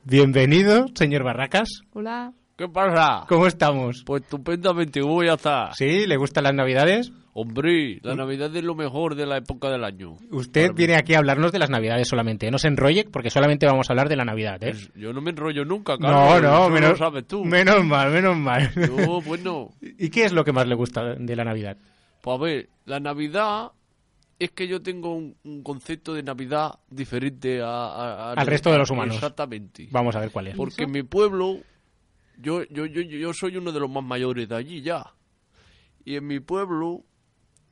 Bienvenido, señor Barracas. Hola. ¿Qué pasa? ¿Cómo estamos? Pues estupendamente, voy ya está. ¿Sí? ¿Le gustan las Navidades? Hombre, la Navidad es lo mejor de la época del año. Usted viene aquí a hablarnos de las Navidades solamente. No se enrolle porque solamente vamos a hablar de la Navidad, ¿eh? Yo no me enrollo nunca, No, Carlos. no, Eso menos, lo sabes tú. menos mal, menos mal. Yo, bueno, ¿Y qué es lo que más le gusta de la Navidad? pues a ver, la Navidad es que yo tengo un, un concepto de Navidad diferente a, a- a- Al resto de los humanos. Exactamente. Vamos a ver cuál es. Porque en mi pueblo, yo, yo, yo, yo soy uno de los más mayores de allí ya. Y en mi pueblo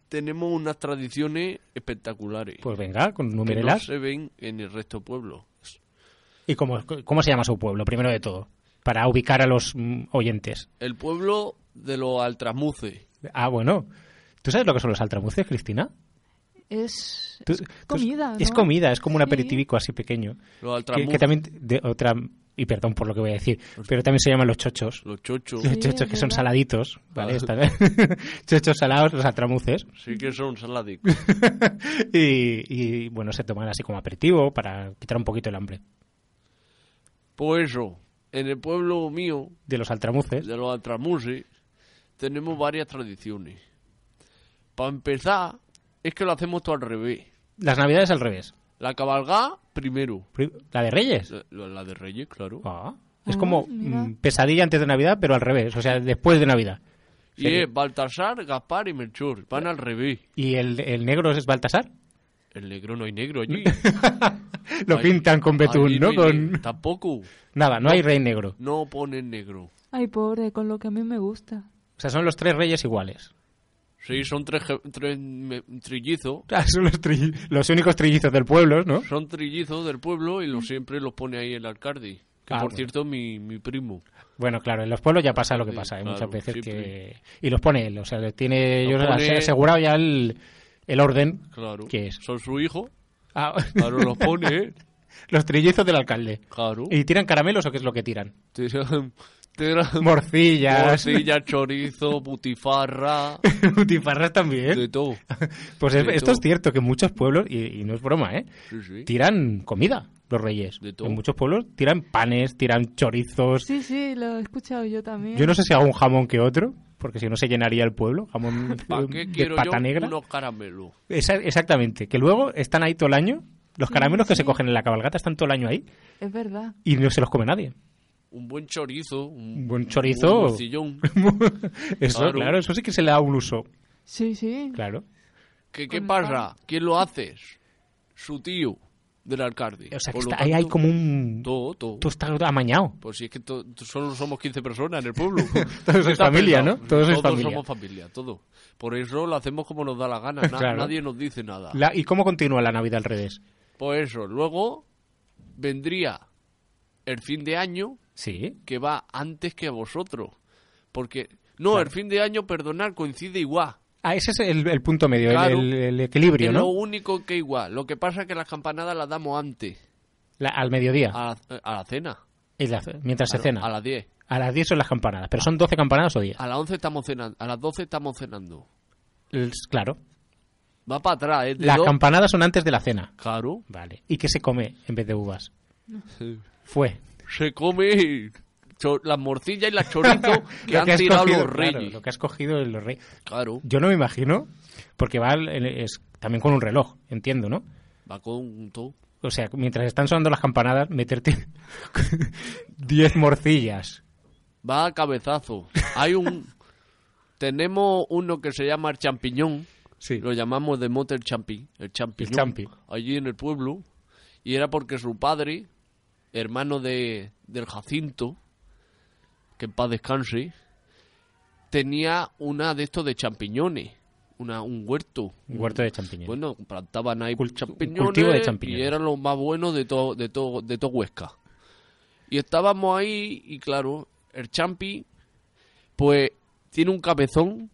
tenemos unas tradiciones espectaculares. Pues venga, con que no numerelas. se ven en el resto del pueblo. ¿Y cómo, cómo se llama su pueblo, primero de todo? Para ubicar a los mm, oyentes. El pueblo de los altramuces. Ah, bueno. ¿Tú sabes lo que son los altramuces, Cristina? Es, Tú- es tú- comida. Es ¿no? comida, es como un Sí. aperitivico así pequeño. Los Que, altramuces. que también de otra y perdón por lo que voy a decir, Pues pero también se llaman los chochos. Los chochos. Los Sí, chochos es que son verdad. saladitos, ¿vale? Ah. Están- chochos salados, los altramuces. Sí que son saladicos. y, y, bueno, se toman así como aperitivo para quitar un poquito el hambre. Pues eso, en el pueblo mío, de los altramuces. de los altramuses, tenemos varias tradiciones. Para empezar, es que lo hacemos todo al revés. Las navidades al revés. La cabalgada primero. Pri- ¿La de Reyes? La, la- la de Reyes, claro. Ah. Es Ah, Ah, como mm, pesadilla antes de Navidad, pero al revés, o sea, después de Navidad. Y es Baltasar, Gaspar y Melchor. Van al revés. ¿Y el, el negro es Baltasar? El negro no hay negro allí. Lo Ahí- pintan con betún, allí ¿no? hay Con- ne- Tampoco. Nada, no hay rey negro. No ponen negro. Ay, pobre, con lo que a mí me gusta. O sea, son los tres reyes iguales. Sí, son tres, ge- tres me- trillizos. Ah, Son los, tri- los únicos trillizos del pueblo, ¿no? Son trillizos del pueblo y los siempre los pone ahí el alcalde. Que Ah, por bueno. cierto, mi, mi primo. Bueno, claro, en los pueblos ya pasa lo que pasa, hay claro, muchas veces siempre. que... Y los pone él, o sea, le tiene Los yo pone- asegurado ya el, el orden Claro. que es. Son su hijo. Ah. Claro, los pone, ¿eh? Los trillizos del alcalde. Claro. ¿Y tiran caramelos o qué es lo que tiran? Tiran- tiran- Morcillas. Morcilla, chorizo, butifarra. Butifarras también. De todo. Pues es- De esto es todo. cierto, que en muchos pueblos, y, y no es broma, ¿eh? Sí, sí. Tiran comida los reyes. De todo. En muchos pueblos tiran panes, tiran chorizos. Sí, sí, lo he escuchado yo también. Yo no sé si hago un jamón que otro, porque si no se llenaría el pueblo. Jamón ¿Para eh, qué de quiero pata yo negra. unos caramelos? Esa- exactamente. Que luego están ahí todo el año. Los Sí, caramelos que sí. se cogen en la cabalgata están todo el año ahí Es verdad. y no se los come nadie. Un buen chorizo. Un Un buen chorizo. Un morcillón. Eso, Claro. claro. eso sí que se le da un uso. Sí, sí. Claro. ¿Qué, qué pasa? ¿Quién lo hace? Su tío del alcalde. O sea, que Por lo está- ahí hay tanto, como un. Todo, todo. Todo está amañado. Pues si es que to- solo somos 15 personas en el pueblo. pues, Todos ¿Qué sois te has familia, pensado? ¿no? Todos sois familia. somos familia, todo. Por eso lo hacemos como nos da la gana. na- Claro. Nadie nos dice nada. La- ¿Y cómo continúa la Navidad al revés? Por eso, luego vendría el fin de año Sí. que va antes que vosotros. Porque, no, el fin de año, perdonar, coincide igual. Ah, ese es el, el punto medio, el- Claro. el, el equilibrio, es ¿no? lo único que igual. Lo que pasa es que las campanadas las damos antes, La- al mediodía, a la, a la cena. es la- mientras Ah. se Ah, A- cena. A Ah. las 10. A las 10 son las campanadas, pero son 12 campanadas o 10. A las 11 estamos cenando. A las 12 estamos cenando. El- claro. Va para atrás, ¿eh? De Las dos- campanadas son antes de la cena. Claro. Vale. ¿Y qué se come en vez de uvas? Fue. Se come cho- las morcillas y las chorizos que Lo han tirado cogido- los claro, reyes. lo que has cogido de los reyes. Claro. Yo no me imagino, porque va el- es, también con un reloj, entiendo, ¿no? Va con todo. O sea, mientras están sonando las campanadas, meterte 10 morcillas. Va a cabezazo. Hay un. tenemos uno que se llama el champiñón. Sí. Lo llamamos de mote el champi. El champiñón. El champi. Allí en el pueblo. Y era porque su padre, hermano de, del Jacinto, que en paz descanse, tenía una de estos de champiñones. Una, un huerto. Un huerto de champiñones. Bueno, plantaban ahí Cult- champiñones, cultivo de champiñones. y eran los más buenos de todo de todo de todo Huesca. Y estábamos ahí y claro, el champi pues tiene un cabezón,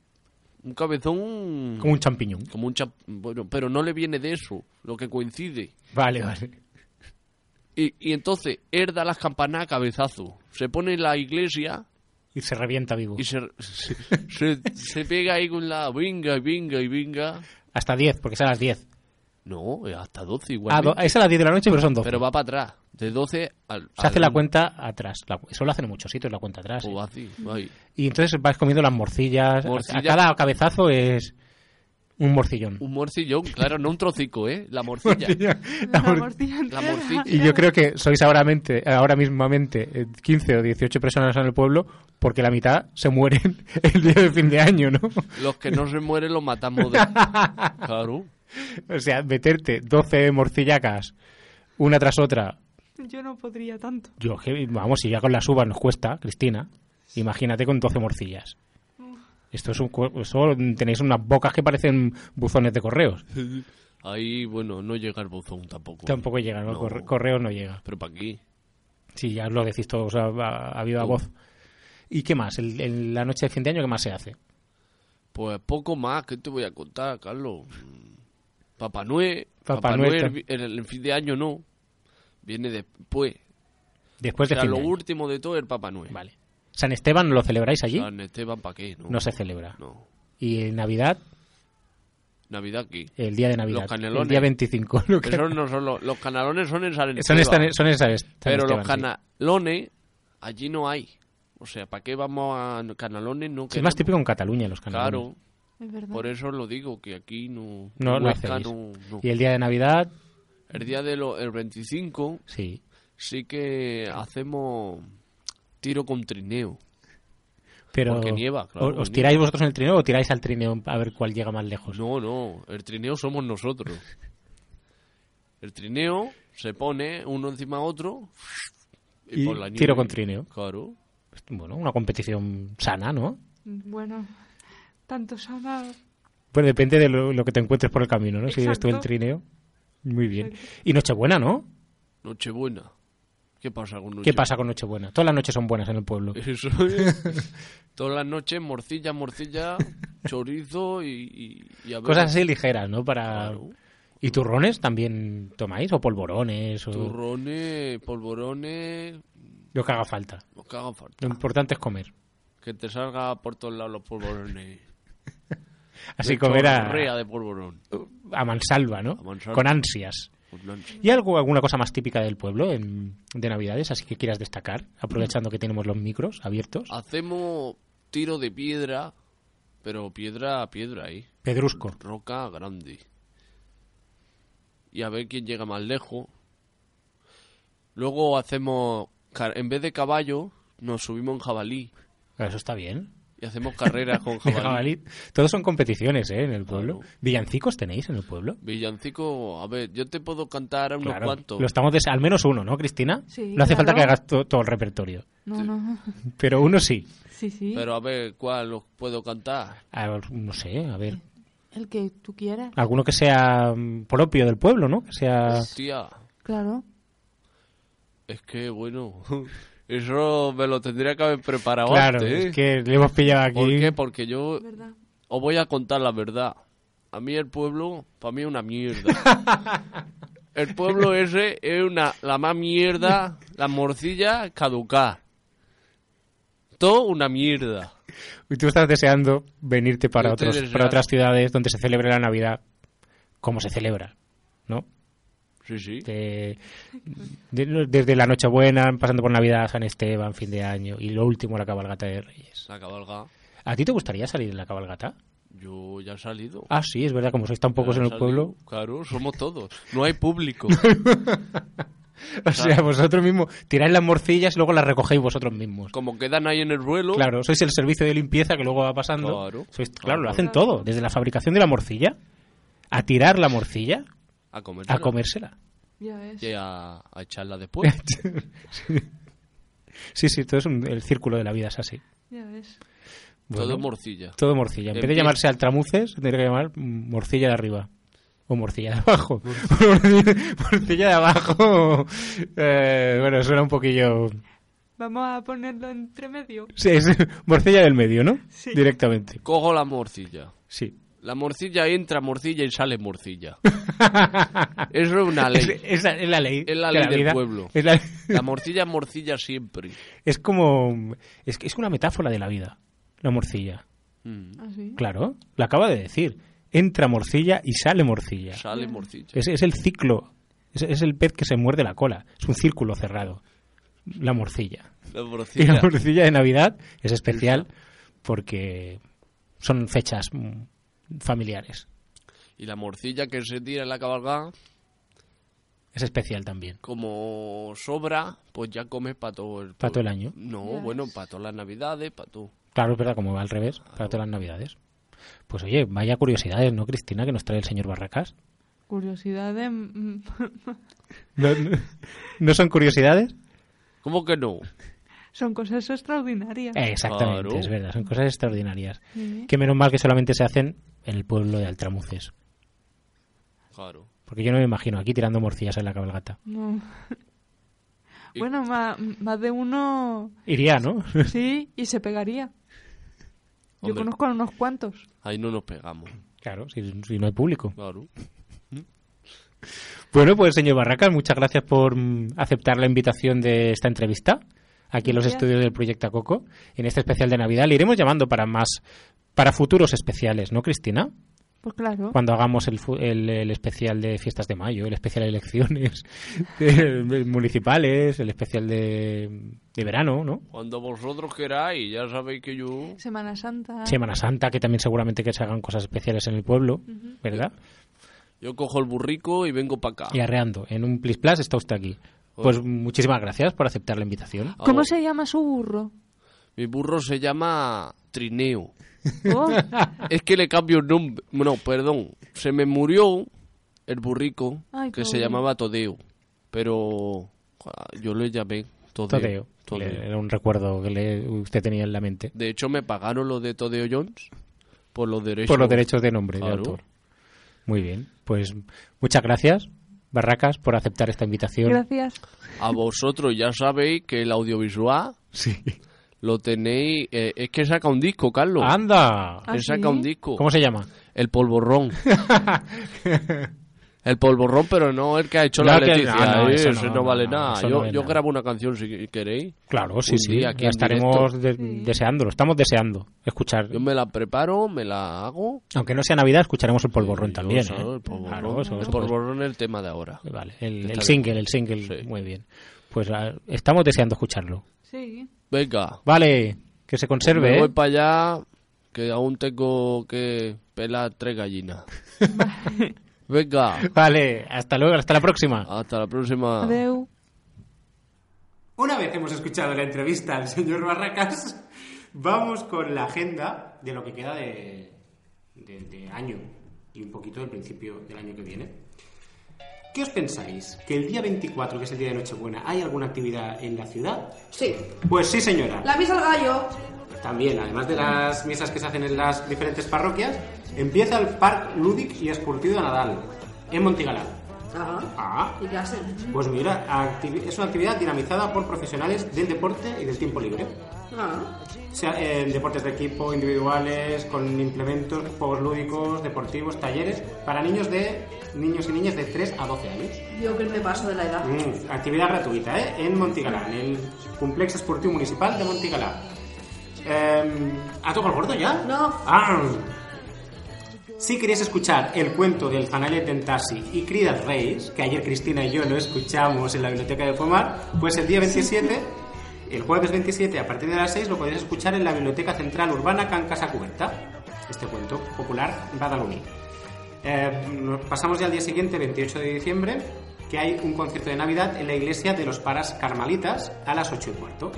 un cabezón Como un champiñón. como un cham- bueno, pero no le viene de eso, lo que coincide. Vale, vale. Y, y entonces él da las campanas a cabezazo. Se pone en la iglesia Y se revienta vivo. y se, se, se pega ahí con la venga, y venga y venga. Hasta 10, porque es a las 10. No, es hasta 12 Ah, igual. do- es a las 10 de la noche, pero son 12. Pues Pero va para atrás. De 12 al. se hace al- la cuenta atrás. La- eso lo hacen en muchos sitios, la cuenta atrás. O ¿eh? así, ahí. Y entonces vas comiendo las morcillas. A- Morcilla. A cada cabezazo es un morcillón. Un morcillón, claro, no un trocico, ¿eh? La morcilla. La mor- La morcilla. Y yo creo que sois ahora, mente- ahora mismamente eh, 15 o 18 personas en el pueblo porque la mitad se mueren el día de fin de año, ¿no? Los que no se mueren los matamos de. Claro. O sea, meterte 12 morcillacas una tras otra. Yo no podría tanto. Yo, que- vamos, si ya con las uvas nos cuesta, Cristina, imagínate con 12 morcillas. Esto es un, cu- eso, tenéis unas bocas que parecen buzones de correos. Ahí, bueno, no llega el buzón tampoco. Tampoco llega, ¿no? No. Corre- correos no llega. Pero para aquí. Sí, ya lo decís todos a, a- a viva No. voz. ¿Y qué más? El- el- la noche de fin de año, ¿qué más se hace? Pues poco más, ¿qué te voy a contar, Carlos? Mm, Papá Noel. Papá Papá Noel Noel, tam- en el fin de año no. Viene después. Después o Pues de sea, fin lo de año. último de todo es el Papá Noel. Vale. ¿San Esteban lo celebráis allí? San Esteban, ¿para qué? No. No se celebra. No. ¿Y en Navidad? Navidad aquí. El día de Navidad. Los canelones. El día 25. lo que- Esos no son los, los canalones son en San Son, Esteban. esta- son en San Esteban, Pero los sí. canalones allí no hay. O sea, ¿para qué vamos a canalones? No es más queremos. típico en Cataluña los canalones. Claro. Es verdad. Por eso lo digo, que aquí no... No lo Huesca hacéis. no- no. Y el día de Navidad, El día del 25 sí. que hacemos tiro con trineo. pero Porque nieva, claro, ¿os- ¿os nieva. tiráis vosotros en el trineo o tiráis al trineo a ver cuál llega más lejos? No, no, el trineo somos nosotros. El trineo se pone uno encima de otro y, Y por la nieve. tiro con trineo. Claro. Bueno, una competición sana, ¿no? Bueno, tanto sana. Pues depende de lo, lo que te encuentres por el camino, ¿no? Si eres tú el Exacto. trineo. Muy bien. Y Nochebuena, ¿no? Pues Nochebuena. ¿Qué pasa con ¿Qué Nochebuena? pasa con Nochebuena? Todas las noches son buenas en el pueblo. Eso es. Todas las noches morcilla, morcilla, chorizo y, y- y a ver- Cosas así ligeras, ¿no? Para... ¿Y turrones también tomáis? ¿O polvorones? O Turrones, polvorones, lo que haga falta? lo que haga falta. Lo importante es comer. Que te salga por todos lados los polvorones. Así De comer a- chorrea de polvorón. A mansalva, ¿no? mansalva. Con ansias. Con ansias. ¿Y algo, alguna cosa más típica del pueblo en- de Navidades, así que quieras destacar, aprovechando que tenemos los micros abiertos? Hacemos tiro de piedra, pero piedra a piedra ahí. Pedrusco. Roca grande. Y a ver quién llega más lejos. Luego hacemos, car- en vez de caballo, nos subimos en jabalí Ah, Eso está bien. y hacemos carreras con De jabalí. jabalí. Todos son competiciones, ¿eh? En el pueblo. ¿Villancicos tenéis en el pueblo? Villancico, a ver, yo te puedo cantar unos Claro. cuantos. Lo estamos des- Al menos uno, ¿no, Cristina? Sí, No hace falta claro. que hagas to- todo el repertorio. No, no. Pero uno sí. Sí, sí. Pero a ver, ¿cuál os puedo cantar? A ver, no sé, a ver. El que tú quieras. Alguno que sea mm, propio del pueblo, ¿no? Que sea... Hostia, Claro. es que bueno, eso me lo tendría que haber preparado Claro, antes, ¿eh? es que le hemos pillado aquí... ¿Por qué? Porque yo os voy a contar la verdad. A mí el pueblo, para mí es una mierda. el pueblo ese es una, la más mierda, la morcilla caducada. Todo una mierda. Y tú estás deseando venirte para, Yo estoy otros, para deseando. otras ciudades donde se celebra la Navidad como se celebra, ¿no? Sí, sí. De- de- desde la Nochebuena, pasando por Navidad, San Esteban, fin de año y lo último la cabalgata de Reyes. La cabalga, ¿A ti te gustaría salir en la cabalgata? yo ya he salido. Ah, sí, es verdad, como sois tan pocos Ya en he el salido. pueblo. Claro, somos todos. No hay público. O sea, vosotros mismos tiráis las morcillas y luego las recogéis vosotros mismos. Como quedan ahí en el vuelo. Claro, sois el servicio de limpieza que luego va pasando. Claro. Sois- claro, lo hacen todo, desde la fabricación de la morcilla a tirar la morcilla, A comérsela. a comérsela. Ya ves. Y a, a echarla después. Sí, sí, todo es un- el círculo de la vida es así. Ya ves. todo Bueno, morcilla. Todo morcilla. En vez de Empieza- llamarse altramuces, tendría que llamar mm, morcilla de arriba. O morcilla de abajo. morcilla de abajo. eh, bueno, suena un poquillo... Vamos a ponerlo entre medio. Sí, es morcilla del medio, ¿no? Sí. Directamente. Cojo la morcilla. Sí. La morcilla entra morcilla y sale morcilla. Eso es una ley. Es, es la, es la ley. Es la de ley la del vida. pueblo. Es la- La morcilla es morcilla siempre. Es como... Es, que es una metáfora de la vida, la morcilla. Mm. ¿Ah, sí? Claro, lo acaba de decir. Entra morcilla y sale morcilla. Sale morcilla. Es, es el ciclo. Es, es el pez que se muerde la cola. Es un círculo cerrado. La morcilla. La Y la morcilla. morcilla de Navidad es especial porque son fechas mm, familiares. Y la morcilla que se tira en la cabalgada, Es especial también. como sobra, pues ya comes para todo el... Para todo el año. No, bueno, para todas las navidades, para todo. Claro, es verdad, como va al revés, para todas las Navidades. Pues oye, vaya curiosidades, ¿no, Cristina, que nos trae el señor Barracas? Curiosidades. mm, ¿No, no- no son curiosidades? ¿Cómo que no? Son cosas extraordinarias. Eh, Exactamente, Claro. es verdad, son cosas extraordinarias. Sí. Que menos mal que solamente se hacen en el pueblo de Altramuces. Claro. Porque yo no me imagino aquí tirando morcillas en la cabalgata. No. Bueno, ma- más, de uno. Iría, ¿no? Sí, y se pegaría. Yo Hombre. conozco a unos cuantos. Ahí no nos pegamos. Claro, si, si no hay público. Claro. Bueno, pues señor Barracas, muchas gracias por mm, aceptar la invitación de esta entrevista aquí en los Gracias. estudios del Proyecto Coco, en este especial de Navidad. Le iremos llamando para más, para futuros especiales, ¿no, Cristina? Pues claro. Cuando hagamos el, fu- el, el especial de fiestas de mayo, el especial de elecciones eh, municipales, el especial de, de verano, ¿no? Cuando vosotros queráis, ya sabéis que yo... Semana Santa. Semana Santa, que también seguramente que se hagan cosas especiales en el pueblo, ¿verdad? Yo cojo el burrico y vengo para acá. Y arreando, en un plis plas está usted aquí. Pues muchísimas gracias por aceptar la invitación. ¿Cómo se llama su burro? Mi burro se llama Trineo. Oh. es que le cambio el nombre. No, perdón. Se me murió el burrico Ay, que se pobre. llamaba Todeo. Pero ah, yo le llamé Todeo. Tadeo. Todeo. Le- Era un recuerdo que le- usted tenía en la mente. De hecho, me pagaron lo de Todeo Jones por los derechos, Por los derechos de nombre Claro. de autor. Muy bien, pues muchas gracias, Barracas, por aceptar esta invitación. Gracias. A vosotros ya sabéis que el audiovisual lo tenéis. eh, es que saca un disco, Carlos. Ah, ¡Anda! Él saca un disco. ¿Cómo se llama? El polvorrón. El polvorrón, pero no el que ha hecho No, la que- Ah, Leticia. no, no, eh, eso eso no, no, no, vale no, nada. eso no Yo, vale yo nada. grabo una canción si queréis. Claro, sí, Un sí. día aquí la en estaremos de- deseando, lo estamos deseando, escuchar. Yo me la preparo, me la hago. Aunque no sea Navidad, escucharemos el polvorrón también. Eso, ¿eh? el polvorrón. Claro, eso, El eso, pues, polvorrón es el tema de ahora. Vale, el, Está el bien. single, el single, muy bien. Pues ah, estamos deseando escucharlo. Sí. Venga. Vale, que Pues se conserve, me voy ¿eh? para allá, que aún tengo que pelar tres gallinas. Venga. Vale, hasta luego, hasta la próxima. Hasta la próxima. Adeu. Una vez hemos escuchado la entrevista al señor Barracas, vamos con la agenda de lo que queda de, de- de año y un poquito del principio del año que viene. ¿Qué os pensáis? ¿Que el día 24, que es el día de Nochebuena, hay alguna actividad en la ciudad? Sí. Pues sí, señora. La misa al gallo. También, además de las misas que se hacen en las diferentes parroquias, empieza el Parc Lúdic y Escultido de Nadal, en Montigalá. Ajá. Ah, ¿Y qué hacen? pues mira, activi- es una actividad dinamizada por profesionales del deporte y del tiempo libre. Ah. O sea, en deportes de equipo, individuales, con implementos, juegos lúdicos, deportivos, talleres, para niños de niños y niñas de 3 a 12 años. Yo que me paso de la edad. Mm, actividad gratuita, ¿eh? En Montigalá, en el Complex Esportivo Municipal de Montigalá. Em, ¿Ha tocado el gordo ya? No. Ah. Si queréis escuchar el cuento del Zanalet Tentasi y Cridas Reis, que ayer Cristina y yo lo escuchamos en la biblioteca de Pomar, pues el día 27, el jueves 27, a partir de las 6, lo podéis escuchar en la Biblioteca Central Urbana Can Casa Cuberta, este cuento popular badaloní. Eh, nos pasamos ya al día siguiente, 28 de diciembre, que hay un concierto de Navidad en la iglesia de los Paras Carmelitas a las 8 y cuarto.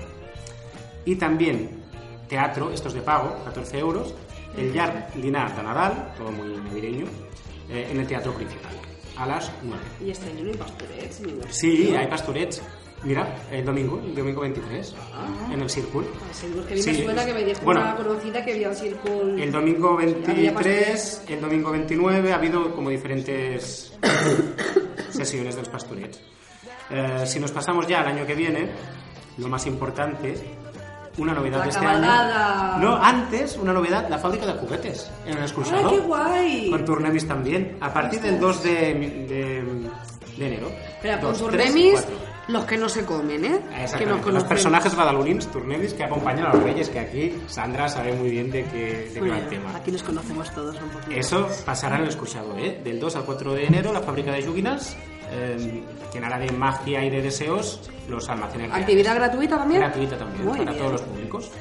Y también teatro, esto es de pago, 14 euros, el Yard Dinar de Nadal, todo muy navideño, eh, en el teatro principal, a las 9. Y este año no hay pastorets ni nada. Sí, hay pastorets. Mira, el domingo, el domingo 23, Ah. en el Círculo. Pues Seguro que a mí me Sí, suena es- que me dijo bueno. una conocida que había circul... El domingo Había pastorets. 23, el domingo 29, ha habido como diferentes sesiones de los pastorets. Eh, si nos pasamos ya al año que viene, lo más importante, una novedad La de este cabalgada. año. No, antes, una novedad, la fábrica de juguetes en el ¡Ay, excursador. ¡Ah, qué guay! Con Turnemis también, a partir del 2 de, de, de enero. Espera, con Dos, sus tres y remis, cuatro. los que no se comen, ¿eh? Que Exactamente. nos los conocen. personajes badalunins, turnemis, que acompañan a los reyes, que aquí Sandra sabe muy bien de qué, de qué Bueno, va el tema. aquí los conocemos todos un poquito. Eso pasará en el escuchado, ¿eh? Del 2 al 4 de enero, la fábrica de Yuginas eh, llenará de magia y de deseos los almacenes. reales. ¿Actividad gratuita también? Gratuita también, Muy para bien. todos los públicos.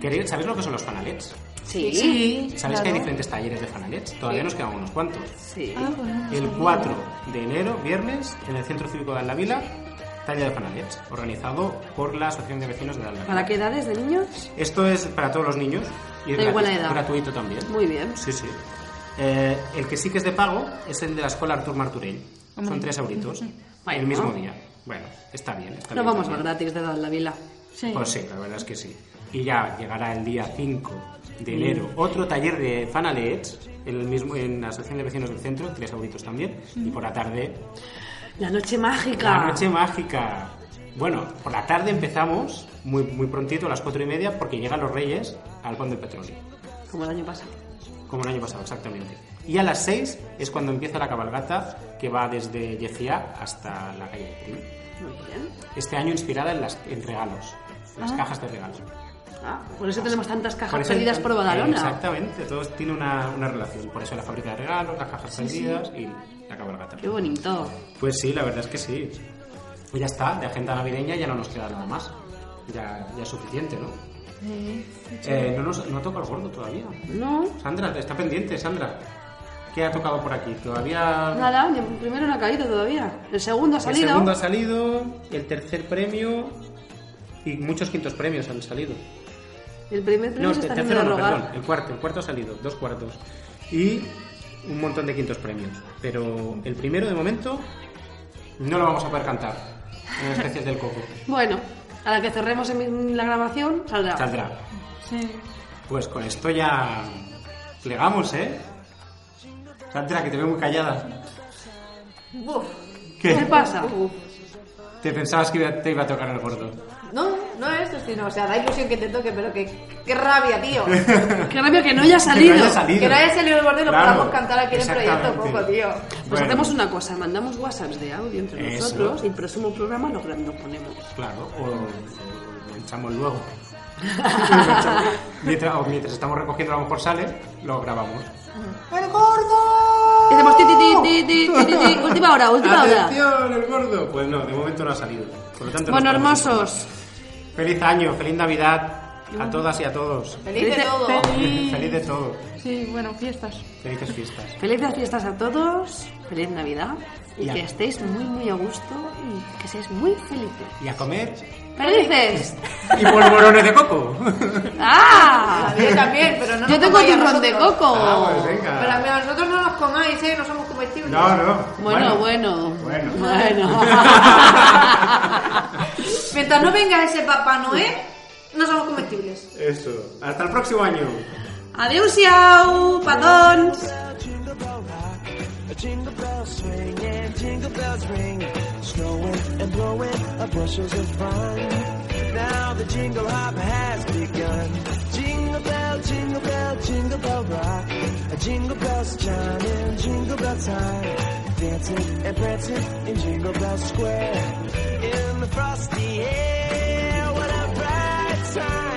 ¿Queréis- ¿Sabéis lo que son los fanalets? Sí. ¿Sabéis que hay claro. diferentes talleres de fanalets? Todavía nos quedan unos cuantos. Sí. Ah, El 4 de enero, viernes, en el Centro Cívico de Aldavila, talla de fanalets, organizado por la Asociación de Vecinos de Aldavila. ¿Para qué edades de niños? Esto es para todos los niños y es Da igual la gratu- edad. gratuito también. Muy bien. Sí, sí. Eh, el que sí que es de pago es el de la escuela Artur Marturell. Son tres euritos. Ah, Bueno. El mismo día. Bueno, está bien. Está Nos bien vamos a también. gratis de la vila. Sí. Pues sí, la verdad es que sí. Y ya llegará el día 5 de enero otro taller de Fanalets, el mismo en la Asociación de Vecinos del Centro, tres euritos también. Y por la tarde, La noche mágica. la noche mágica. Bueno, por la tarde empezamos muy, muy prontito, a las cuatro y media, porque llegan los reyes al Fondo del Petróleo. Como el año pasado. Como el año pasado, exactamente. Y a las 6 es cuando empieza la cabalgata que va desde Yecía hasta la calle de Prim. Muy bien. Este año inspirada en, las, en regalos, en las cajas de regalos. Ah, Por eso tenemos tantas Ah. cajas Por eso- perdidas por Badalona. Exactamente, todo tiene una, una relación. Por eso la fábrica de regalos, las cajas perdidas y la cabalgata. Qué bonito. Pues sí, la verdad es que sí. Y ya está, de agenda navideña ya no nos queda nada más. Ya, ya es suficiente, ¿no? Eh, no, nos, no toca el gordo todavía. No. Sandra, está pendiente, Sandra. ¿Qué ha tocado por aquí? Todavía... Nada, el primero no ha caído todavía. El segundo ha salido. El segundo ha salido, el tercer premio y muchos quintos premios han salido. El primer premio No, se el está tercero haciendo no, rogar. perdón, el cuarto, el cuarto ha salido, dos cuartos. Y un montón de quintos premios. Pero el primero, de momento, no lo vamos a poder cantar en las especies del coco. Bueno, a la que cerremos en la grabación, saldrá. Saldrá. Sí. Pues con esto ya plegamos, ¿eh? Sandra, que te veo muy callada. ¿Qué? ¿Qué pasa? Te pensabas que iba- te iba a tocar el gordo. No, no es eso, sino, o sea, da ilusión que te toque, pero que, qué rabia, tío. Qué rabia que no haya salido. Que no haya salido, el borde y lo Claro, podamos cantar aquí en el proyecto exactamente. poco, tío. Pues Bueno. hacemos una cosa, mandamos WhatsApps de audio entre Eso. nosotros y el próximo programa lo lo ponemos. Claro, o lo echamos luego. mientras, o mientras estamos recogiendo, a lo mejor sale, lo grabamos. ¡El gordo! Y hacemos ti, ti, ti, ti, ti, ti, ti, ti. Última hora, última hora. ¡Atención, el gordo! Pues no, de momento no ha salido. Por lo tanto, no Bueno, podemos- hermosos. Feliz año, feliz Navidad a todas y a todos. Feliz de todo. Feliz- Feliz de todo. Sí, bueno, fiestas. Felices fiestas. Felices fiestas a todos, feliz Navidad y Ya. que estéis muy, muy a gusto y que seáis muy felices. Y a comer. ¡Felices! Y polvorones de coco. ¡Ah! Yo también, pero no Yo nos tengo comáis a turrón de nosotros. coco. Ah, pues venga. Pero a mí a nosotros no nos comáis, ¿eh? No somos comestibles. No, no. Bueno, bueno. Bueno. Mientras no venga ese Papá Noel, no somos comestibles. Eso. Hasta el próximo año. Adiós, chao, patón. A jingle bell swing and jingle bells ring. Snowing and blowing a bushels of fun. Now the jingle hop has begun. Jingle bell, jingle bell, jingle bell rock. A jingle bells chime in jingle bell time. Dancing and prancing in Jingle Bell Square. In the frosty air, what a bright time.